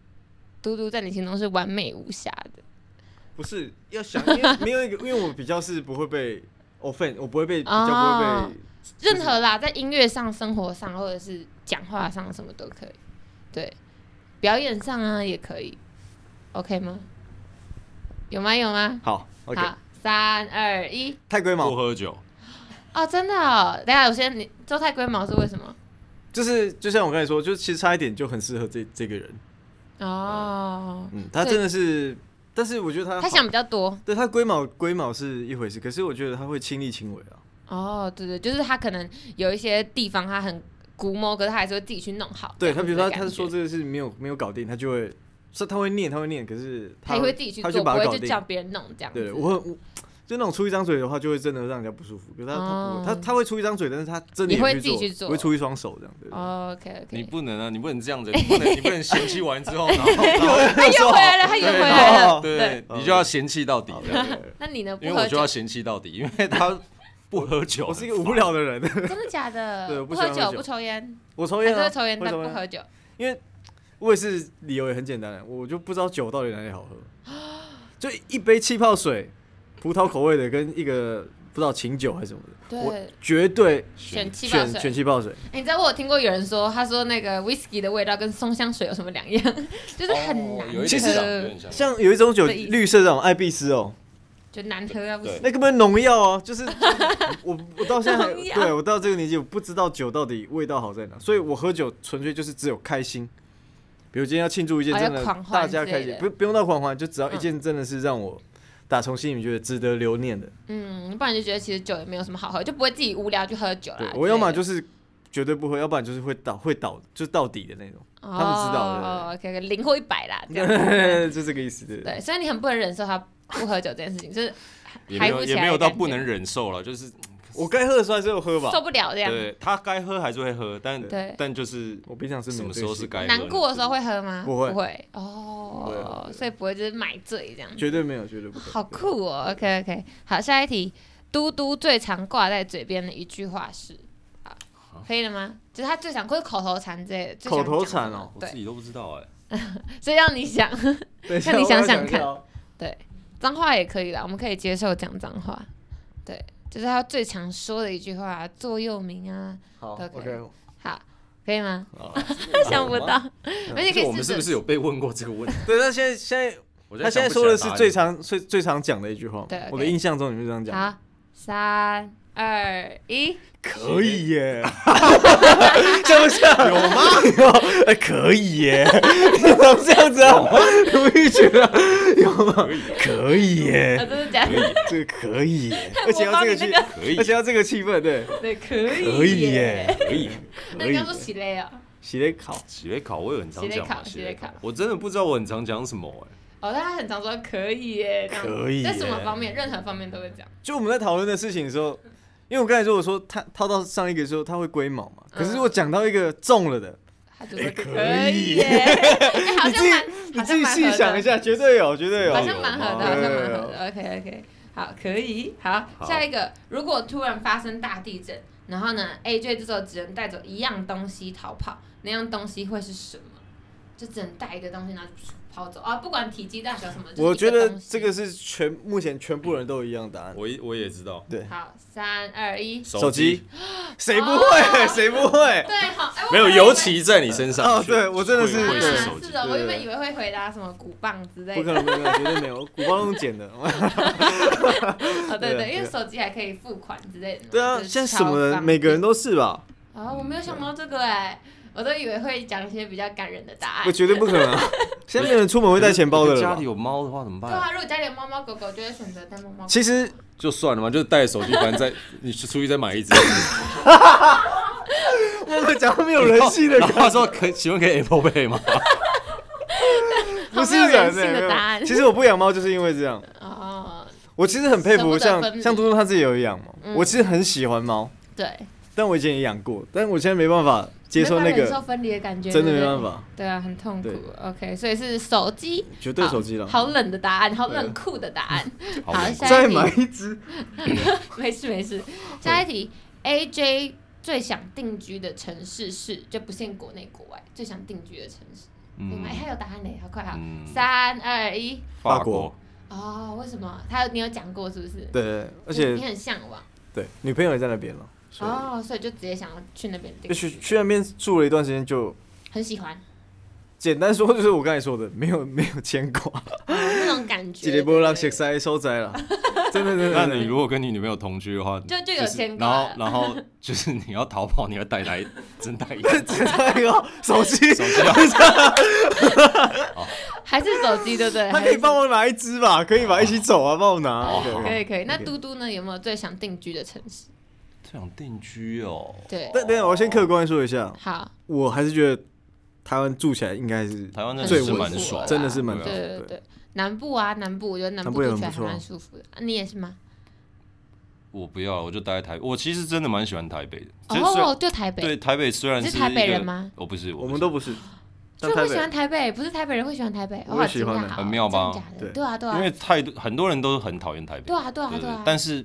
B: 嘟嘟在你心中是完美无瑕的？
D: 不是要想，因为没有一个，因为我比较是不会被 offend，我不会被比较不
B: 哦
D: 会被
B: 任何啦，在音乐上、生活上，或者是讲话上，什么都可以。对，表演上啊也可以。OK 吗？有吗？有吗？
D: 好，OK，
B: 好，三二一。
D: 太龟毛
C: 不。喝酒，
B: 哦，真的哦！等一下，我先你周太龟毛是为什么？
D: 就是就像我刚才说，就是其实差一点就很适合这这个人，
B: 哦，
D: 嗯，他
B: 对
D: 真的是，但是我觉得他
B: 他
D: 好
B: 想比较多。
D: 对他龟毛龟毛是一回事，可是我觉得他会亲力亲为啊，
B: 哦，对对，就是他可能有一些地方他很古摸，可是他还是会自己去弄好。
D: 对他比如说他他
B: 是
D: 说这个事没有没有搞定，他就会说他会念他会念，可是
B: 他
D: 他
B: 也会自己去
D: 他
B: 做，
D: 就
B: 不
D: 把它
B: 会
D: 搞
B: 就嗯
D: 定
B: 叫，别人弄这样子。
D: 对我我就那种出一张嘴的话，就会真的让人家不舒服，可是他他不
B: 哦
D: 会他他会出一张嘴，但是他真的
B: 你
D: 也
B: 会
D: 不
B: 自己去做
D: 我会出一双手这样子，
B: 哦，OK
C: 你
B: OK，
C: 不能啊，你不能这样子，你不能你不能嫌弃完之后，然后然后
B: 他又回来了，他又回来 了。
C: 对你就要嫌弃到底
D: 对
C: 这 样，
D: 对对
B: 那你呢？不
C: 哦因为
B: 喝
C: 我就
B: 酒
C: 要？嫌弃到底，因为他不喝酒，
D: 我是一个无聊的人，
B: 真的假
D: 对
B: 的？
D: 我
B: 不
D: 不喜欢喝
B: 酒，
D: 酒
B: 不抽烟，
D: 我抽
B: 还
D: 烟
B: 是
D: 啊，
B: 会抽烟，
D: 会
B: 但
D: 抽
B: 不
D: 烟啊
B: 喝酒。
D: 因为我也是理由也很简单，啊我就不知道酒到底哪里好 喝，就一杯气泡水，葡萄口味的跟一个不知道琴酒还是什么的，我
B: 对，
D: 绝对
B: 选气泡
D: 选
B: 水
D: 选。气泡水，
B: 欸你知道我有听过有人说，他说那个 whisky 的味道跟松香水有什么两样？ 就是很难
C: 哦有
B: 喝，
C: 一点
D: 其实
C: 像有点像
D: 像有一种酒
B: 的意思
D: 绿色那种艾必斯哦，
B: 就难喝啊，不
C: 对
B: 行。
D: 那根本农药啊，就是 我我到现在还
B: 农药
D: 对我到这个年纪，我不知道酒到底味道好在哪，所以我喝酒纯粹就是只有开心。比如今天要庆祝一件
B: 哦
D: 真
B: 要
D: 的
B: 狂欢
D: 大家开
B: 之类
D: 心
B: 的，
D: 不不用到狂欢，就只要一
B: 嗯
D: 件真的是让我打从心里觉得值得留念的。
B: 嗯，不然就觉得其实酒也没有什么好喝，就不会自己无聊去喝酒
D: 对
B: 啦。
D: 我要么就是是绝对不会，要不然就是会倒会倒就到底的那种，
B: 他
D: 们知道对
B: 哦，OK OK，零或一百啦，这样 子。
D: 就这个意思。对
B: 啊对，所以你很不能忍受他不喝酒这件事情， 就是
C: 也没
B: 嗨
C: 有
B: 不起
C: 也
B: 来，
C: 没有到不能，忍受了，就是
D: 我该喝的时候还是有喝吧
B: 受。不了这样。
C: 对他该喝还是会喝，但
B: 对
C: 但就是
D: 我平常是没
C: 什
D: 有
C: 么
D: 这
C: 时
D: 个
C: 候
D: 习
C: 是
D: 惯
C: 该喝
B: 难过的时候会喝吗？
D: 不会
B: 不会
D: 不会不
B: 哦
D: 会，
B: 所以不会就是买醉这样。
D: 绝对没有，绝对不会。
B: 好酷哦，OK OK，好，下一题，嘟嘟最常挂在嘴边的一句话是，好，可以了吗？就是他最常或者口头禅之类的，最常
D: 口头
B: 讲什
D: 禅
B: 么
D: 哦
C: 我自
B: 对，
C: 己都不知道哎、
B: 所以让你想，
D: 对，
B: 那你想想
D: 想哦
B: 看脏话也可以啦，我们可以接受讲脏话，对，就是他最常说的一句话，座右铭啊，
D: 好
B: OK
D: ，OK，
B: 好，可以吗？
D: 啊，
B: 想不到，而且可
C: 就
B: 以
C: 我
B: 试
C: 们是
B: 着
C: 不是有被问过这个问题？
D: 对，他现在现在
C: 我
D: 他现在
C: 想不
D: 说
C: 起来答案
D: 的是最常最最常讲的一句话。
B: 对，OK
D: 我的印象中你是这样讲，
B: 好，三二 一，
D: 可以 耶，像不像？有吗？ 哎，可以耶，怎么这样子啊？我也觉得有吗？可以
B: 啊，
D: 耶，
B: 真的假的？
D: 这个可以耶，
B: 模
D: 而且要
B: 仿
D: 这个
B: 你
D: 气
B: 那，
C: 可以
D: 而，且要这个气氛，对，
B: 对，可以，
D: 可以耶，
C: 可以。
B: 那
D: 可
B: 你
D: 以
B: 刚说
D: 耶，
B: 喜嘞啊？
D: 洗得考，
C: 喜来考我也很常讲
B: 喜来
C: 嘛，
B: 考喜来考
C: 我真的不知道我很常讲什么哎、
B: 哦，但他很常说可以耶，这样
D: 可以耶
B: 在什么方面，任何方面都会讲。
D: 就我们在讨论的事情的时候，因为我刚才说我说他套到上一个时候他会龟毛嘛，
B: 嗯
D: 可是我讲到一个中了的，
B: 他就说
D: 哎
B: 可
D: 可
B: 以
D: 以
B: 耶，哎好像
D: 你自己
B: 蛮，
D: 你
B: 好
D: 自
B: 像
D: 己
B: 蛮
D: 细
B: 合
D: 想
B: 的
D: 一，下，绝对有，绝对有，
B: 好像蛮合的，好像蛮合
D: 有
B: 的。OK OK，好，可以，好，
C: 好
B: 下一个，如果突然发生大地震，然后呢，AJ 这时候只能带走一样东西逃跑，那样东西会是什么？就只能带一个东西，然后跑走啊，不管体积大小什么。就是一
D: 我觉得
B: 东西
D: 这个是全目前全部人都一样答案。
C: 我也我也知道，
D: 对，
B: 好，三二一，
D: 手机，谁不
B: 啊
D: 会？ 谁不会？
B: 对，好，哎，我
C: 没有
B: 本来以为
C: 尤其在你 身上
D: 哦对我真的是
C: 会会
D: 对
C: 是
B: 啊
C: 手，机
B: 是，的，
D: 对
B: 我原
D: 对
B: 本以为会回答什么鼓棒之类
D: 不可
B: 的，
D: 能，不可能，绝对没有。古包用剪的。
B: 哦，对
D: 对
B: 对，
D: 对啊
B: 因为手机还可以付款之类的嘛。
D: 对啊，
B: 就是
D: 现在
B: 超
D: 什么人，
B: 方
D: 每个
B: 便
D: 人都是吧？
B: 啊、我没有想到这个哎、我都以为会讲一些比较感人的答案。
D: 我绝对不可能 啊。现在没有人出门会带钱包
C: 可
D: 的了
C: 是
D: 吧
C: 家里。有猫的话怎么
B: 对
C: 办、
B: 啊，如果家里有猫猫狗狗，就会选择带猫猫。
D: 其实
C: 就算了嘛，就带手机，反正再你出去再买 一只。
D: 我们讲到没有人 性的
C: 然
D: 感
C: 后他说可请问可以 Apple Pay 吗？
D: 不是
B: 好没有人
D: 人
B: 性
D: 欸
B: 的
D: 没有
B: 答案
D: 其实我不养猫就是因为这 样，
B: 哦，
D: 我其实很佩服
B: 舍不得
D: 像
B: 分离
D: 像嘟嘟他自己有养猫
B: 嗯，
D: 我其实很喜欢猫，
B: 对，
D: 但我以前也养过，但我现在没办法接受那
B: 没办法忍受
D: 个，
B: 分离的感觉，
D: 真的
B: 对不
D: 没
B: 对
D: 办。法，
B: 对啊，很痛苦
D: 对。
B: OK，所以是手机，
D: 绝对
B: 好
D: 手机了。
B: 好冷的答案，好冷酷的答案。好，下
D: 再
B: 一
D: 买
B: 题，
D: 一只，
B: 没事没事。下一题，AJ 最想定居的城市是，就不限国内国外，最想定居的城市。嗯，哎，还有答案呢，好快好，
C: 嗯
B: 三二一。
D: 法国，
B: 哦，为什么？他你有讲过是不是？
D: 对对，对而
B: 你
D: 且
B: 很向往
D: 对女朋友也在那边了，所以
B: 哦，所以就直接想要去那边定
D: 就，去去那边住了一段时间，就
B: 很喜 欢、
D: 简单说就是我刚才说的，没有没有牵挂，
B: 哦那种感觉。
D: 一个波
B: 对
D: 浪熟
B: 不对
D: 悉收窄了，真的 真
C: 那
D: 的。
C: 你
D: 真的
C: 如果跟你女朋友同居的话，
B: 就就有
C: 是
B: 牵
C: 然
B: 挂
C: 后
B: 了
C: 然后就是你要逃跑，你要带来 真带一个
D: 哎呦，手机，
C: 手机啊，
B: 还是手机对不对？
D: 他可以帮
B: 我。
D: 我拿一只吧？可以吧？一起走啊，帮我拿。
C: 哦
D: 对
C: 好
B: 可以可以，那
D: OK
B: 嘟嘟呢？有没有最想定居的城市？
C: 这样定居哦。
B: 对，
D: 但等一下，我先客观说一下，
B: 好，
D: 我还是觉得台湾住起来应该是
C: 台湾真
D: 最
C: 的
D: 稳
C: 是
D: 妥
C: 蛮
D: 的
C: 爽的，
D: 真的是蛮
C: 对啊
D: 爽
B: 对对对，南部啊，南部，我觉得南
D: 南
B: 部
D: 部也
B: 住
D: 很
B: 起来
D: 不
B: 还
D: 错
B: 蛮舒服的。啊你也是吗？
C: 我不要，我就待在台。我其实真的蛮喜欢台北的。其实虽然
B: 哦，就台
C: 对
B: 北，
C: 台北虽然
B: 你是
C: 是
B: 台北
C: 一个
B: 人吗？
C: 我不是，
D: 我
C: 我
D: 们
C: 们
D: 都
C: 都
D: 不是，
B: 所
D: 但
B: 以
D: 台
B: 会喜欢
D: 北
B: 台北，不是台北人会喜欢台北，
D: 我
B: 好
D: 也喜
B: 惊
D: 欢
B: 讶
D: 欸
B: 哦
C: 很妙吧
B: 真假的？
D: 对
B: 对啊，对
C: 因为
B: 啊，
C: 太多很多人都很讨厌台北。
B: 对啊，对啊，对啊。
C: 但是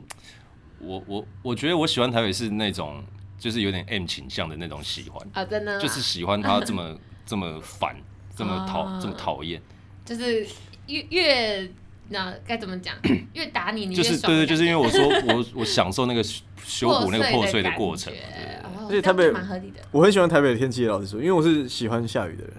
C: 我我我觉得我喜欢台北是那种就是有点 M 倾向的那种喜欢，
B: 啊，真的吗，
C: 就是喜欢他这么 这么烦，这么
B: 啊
C: 讨这么讨厌，
B: 就是越越那该怎么 讲，越打你你
C: 就
B: 越
C: 是
B: 爽
C: 对
B: 的感觉，
C: 对，就是因为我说我我享受那 个修补那个破碎的过程嘛，
B: 破
C: 对
B: 碎的感觉哦
D: 而且台北
B: 这样蛮合理的，
D: 我很喜欢台北的天气，老实说，因为我是喜欢下雨的人。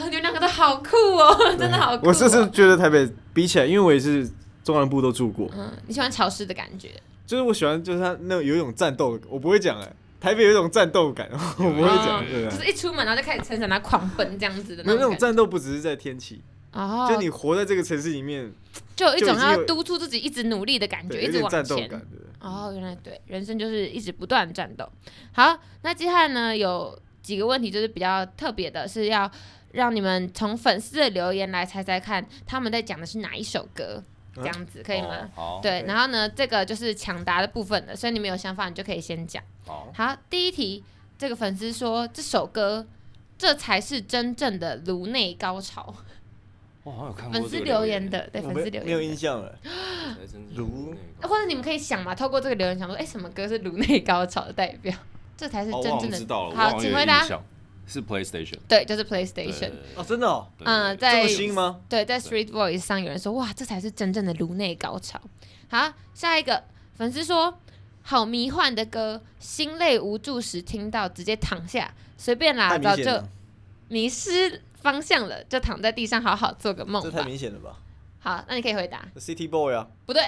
B: 你们两个都好酷哦，真的好酷哦。
D: 我甚至觉得台北比起来，因为我也是中南部都住过，
B: 嗯，你喜欢潮湿的感觉，
D: 就是我喜欢，就是它那有一种战斗，我不会讲哎、台北有一种战斗感， 我不会讲，
B: 嗯
D: 对
B: 就
D: 啊
B: 是一出门然后就开始撑伞，然后狂奔这样子的
D: 没有那
B: 种
D: 种
B: 感觉。
D: 战斗，不只是在天气，
B: 哦，
D: 就你活在这个城市里面，
B: 就有一种
D: 就已经
B: 要
D: 有
B: 督促自己一直努力的感觉，
D: 对，
B: 一
D: 有
B: 直
D: 点
B: 往
D: 战斗
B: 前。
D: 感，对。
B: 哦，原来对，人生就是一直不断战斗。好，那接下来呢有几个问题就是比较特别的，是要让你们从粉丝的留言来猜猜看他们在讲的是哪一首歌，这
D: 啊
B: 样子可以吗？
C: 哦好，
B: 对，
D: 可以
B: 然后呢，这个就是抢答的部分了，所以你们有想法你就可以先讲。
C: 好，
B: 好，第一题，这个粉丝说这首歌。这才是真正的颅内高潮，
C: 我好像有看过
B: 粉丝留言，的，对
D: 我
B: 粉
D: 没
B: 丝留
D: 没有
B: 言
D: 印
B: 的，
D: 象了，
C: 哎如
B: 或者你们可以想嘛，透过这个留言想说，哎，什么歌是颅内高潮的代表？ 这才是
C: 哦，
B: 真
C: 我好
B: 正
C: 像
B: 的
C: 知道了，我好
B: 好，
C: 像有
B: 请回
C: 印
B: 答。
C: 象，是 PlayStation，
B: 对，就是
C: 对
B: PlayStation。
D: 哦，真的哦，
B: 嗯，
D: 这
B: 在
D: 么新吗？
B: 对，在 Street Voice 上有人说，哇，这才是真正的颅内高潮。好，下一个粉丝说，好迷幻的歌，心累无助时听到直接躺下，随便啦，
D: 太
B: 早
D: 明显
B: 就
D: 了，
B: 迷失方向了，就躺在地上好好做个梦
D: 这太
B: 吧。
D: 明显了吧
B: 好，那你可以回答，
D: ？City Boy 啊，
B: 不对，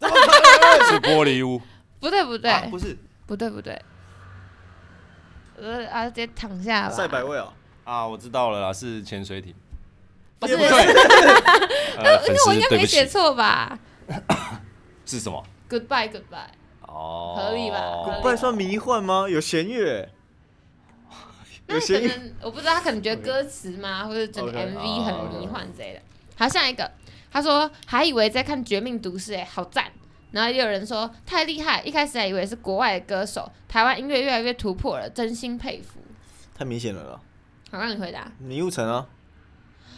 C: 是玻璃屋，
B: 不对， 不对，
D: 啊不是
B: 不对，不对，呃啊，直接躺下吧。
D: 赛百味啊，
C: 啊，我知道了啦，是潜水艇。
B: 不是，
D: 对
B: 那
C: 呃，粉
B: 我
C: 丝
B: 应该
C: 对
B: 没
C: 不
B: 写
C: 起，
B: 错吧
C: 是什么？
B: ？Goodbye, goodbye。
C: 哦，
B: 合理吧合理
D: 不然算迷幻吗？有弦乐，
B: 那
D: 有
B: 可
D: 些
B: 能我不知道，他可能觉得歌词嘛，或者整个
D: OK，
B: MV
C: 哦
B: 很
C: ，OK
B: 迷幻之类的。好，下一个，他说还以为在看《绝命毒师》哎，好赞。然后也有人说太厉害，一开始还以为是国外的歌手，台湾音乐越来越突破了，真心佩服。
D: 太明显了啦。
B: 好，让你回答，
D: 迷雾城啊，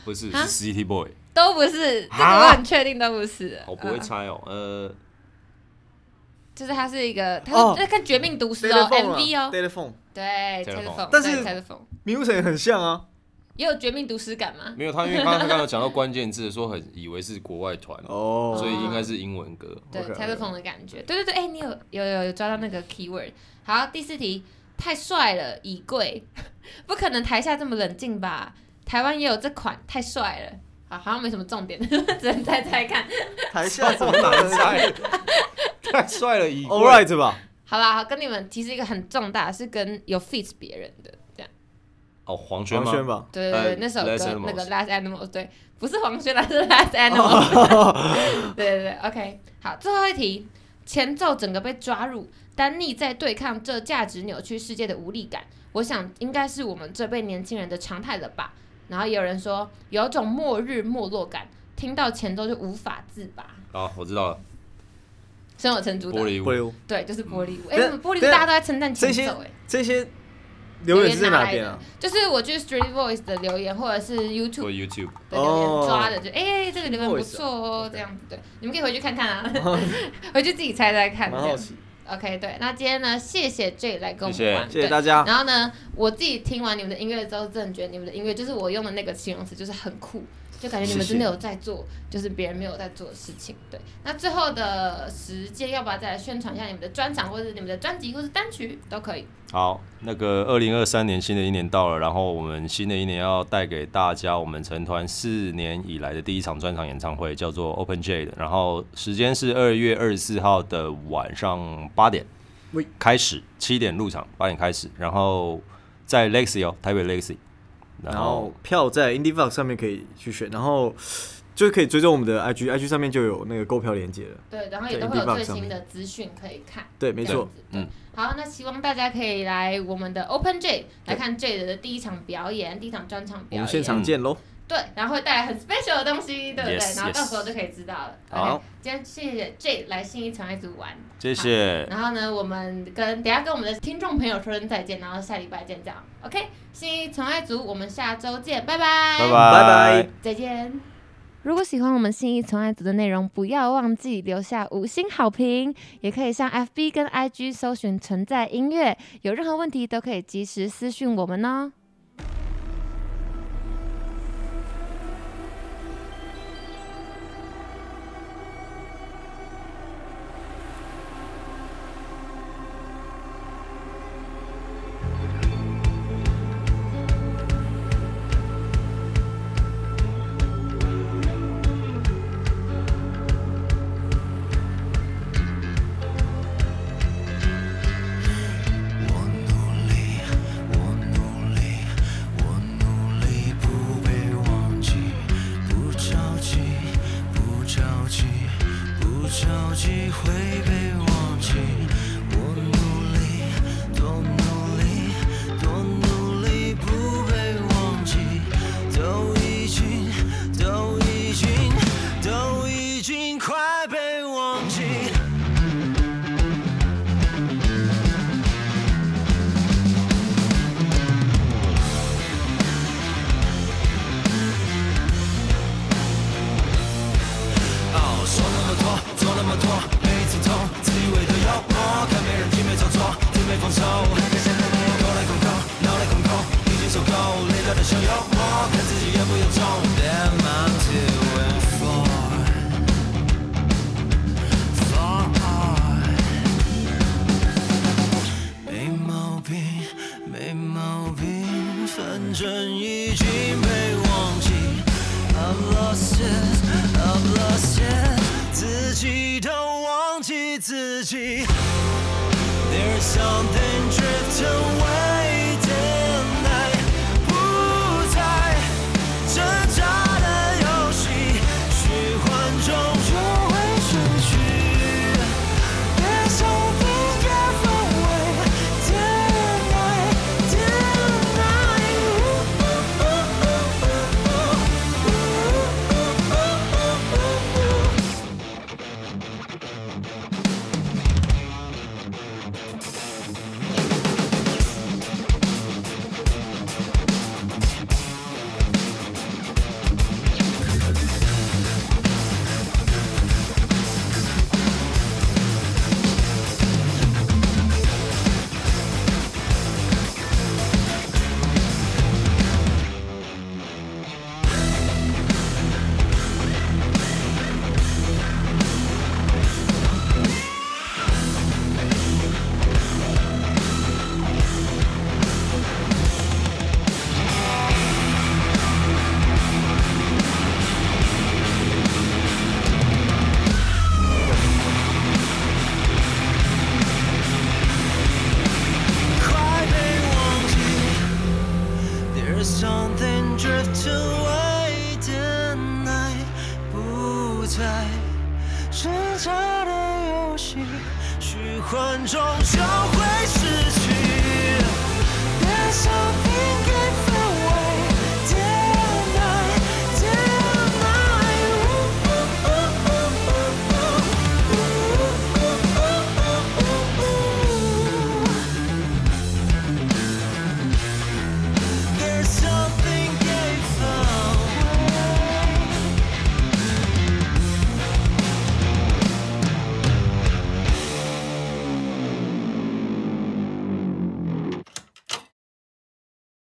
C: 不是
B: 啊
C: 是 City Boy，
B: 都不是，这个
C: 啊
B: 我很确定都不是。
C: 我不会
B: 嗯
C: 猜哦。呃，
B: 就是他是一个，他
D: 哦
B: 是在看《绝命毒师》哦
D: Telephone 啊
B: ，MV 哦，
D: ，Telephone，
B: 对
C: Telephone
B: ，telephone，
D: 但是
B: telephone
D: 迷雾城也很像啊。
B: 也有《绝命毒师》感吗？
C: 没有他，因为刚刚刚刚有讲到关键字，说很以为是国外团，
D: 哦
C: 所以应该是英文歌。
B: 对
D: OK，OK
B: ，telephone 的感觉，对对对，哎、你有有有有抓到那个 keyword。好，第四题，太帅了，以贵，不可能台下这么冷静吧？台湾也有这款，太帅了。好，好像没什么重点， 只能猜猜看。
D: 台下怎么难猜
C: 太帅了，以
D: ？All right 吧，
B: 好啦，好，跟你们提示一个很重大，是跟有 fit 别人的这样。
C: 哦，黄轩
D: 黄
C: 吗？
D: 轩吧。
B: 对对对，
C: 呃
B: 那首
C: Last
B: 歌
C: Animals
B: 那个 Last Animals，对，不是黄轩啦，是 Last Animals。对
C: 哦
B: 对对，OK，好，最后一题，前奏整个被抓入，丹尼在对抗这价值扭曲世界的无力感，我想应该是我们这辈年轻人的常态了吧。然后也有人说有种末日没落感，听到前奏就无法自拔，
C: 啊，我知道了，
B: 胸有成竹的
C: 玻，璃
D: 不
C: 屋。
D: 流
B: 对，就是玻璃屋。哎、
D: 嗯
B: 怎么玻璃屋
D: 等
B: 大
D: 一
B: 家
D: 下
B: 都在称赞前
D: 这些
B: 奏、哎。
D: 这些留言是在哪边啊？
B: 就是我去 Street Voice 的留言，或者是 YouTube
C: 或 YouTube
B: 的留言
D: 哦
B: 抓的，就哎、这个留言不
D: Voice
B: 错哦，这样子对，你们可以回去看看 啊， 回去自己猜猜看。
D: 蛮好奇，
B: 这样 OK，对，那今天呢，谢谢 J 来跟我
C: 谢谢
B: 们玩，
D: 谢谢
B: 对
D: 大家。
B: 然后呢，我自己听完你们的音乐之后，真的觉得你们的音乐就是我用的那个形容词，就是很酷，就感觉你们
D: 谢
B: 真
D: 谢
B: 的有在做，就是别人没有在做的事情。对，那最后的时间，要不要再来宣传一下你们的专场，或者是你们的专辑，或是单曲都可以。
C: 好，那个二零二三年新的一年到了，然后我们新的一年要带给大家我们成团四年以来的第一场专场演唱会，叫做 Open Jade，然后时间是二月二十四号的晚上八点
D: 喂
C: 开始，七点入场，八点开始，然后在 Lexi 哦，台北 Lexi，然
D: 然
C: 后
D: 后票在 IndieFox 上面可以去选，然后就可以追踪我们的 IG，IG 上面就有那个购票链接了。
B: 对，然后
D: 对
B: 也都会有
D: ，Indie Box
B: 最
D: 上
B: 新
D: 面
B: 的资讯可以看。
D: 对没
B: 这样
D: 错
B: 子对
C: 嗯
B: 好，那希望大家可以来我们的 Open J 来看 J 的第一场表演，第一场专场
D: 我
B: 表
D: 们
B: 演。
D: 现场见喽！
B: 对，然后会带来很 special 的东西，对不对
C: Yes，
B: 然后到
C: yes
B: 时候就可以知道了。
D: 好
B: OK，今天谢谢 J 来信义城一组玩。
C: 谢谢。
B: 然后呢，我们跟等一下跟我们的听众朋友说声再见，然后下礼拜见，这样 OK？新义宠爱组，我们下周见，拜拜，
C: 拜
D: 拜拜。
B: 再见。如果喜欢我们信义从爱组的内容，不要忘记留下五星好评，也可以上 FB 跟 IG 搜寻“存在音乐”，有任何问题都可以及时私讯我们哦。
E: 我努力，我努力，我努力不被忘记，不着急，不着急，不着急会被忘记。我努力，多努力，多努力不被忘记，都已经，都已经，都已经快被忘记。哦，说那么多，做那么多，没尽头，自以为的幽默，看没人听，没照做，听没放手，勾来拱勾，脑袋空空，已经受够，累到的想幽默，看自己严不严重。Damn, I'm doing fine, fine. 自己。There's something drift away tonight，不再挣扎的游戏，虚幻中就会失去。There's something drift away tonight, tonight。快被忘记。There's something drift away tonight，不再挣扎的游戏，虚幻中就会失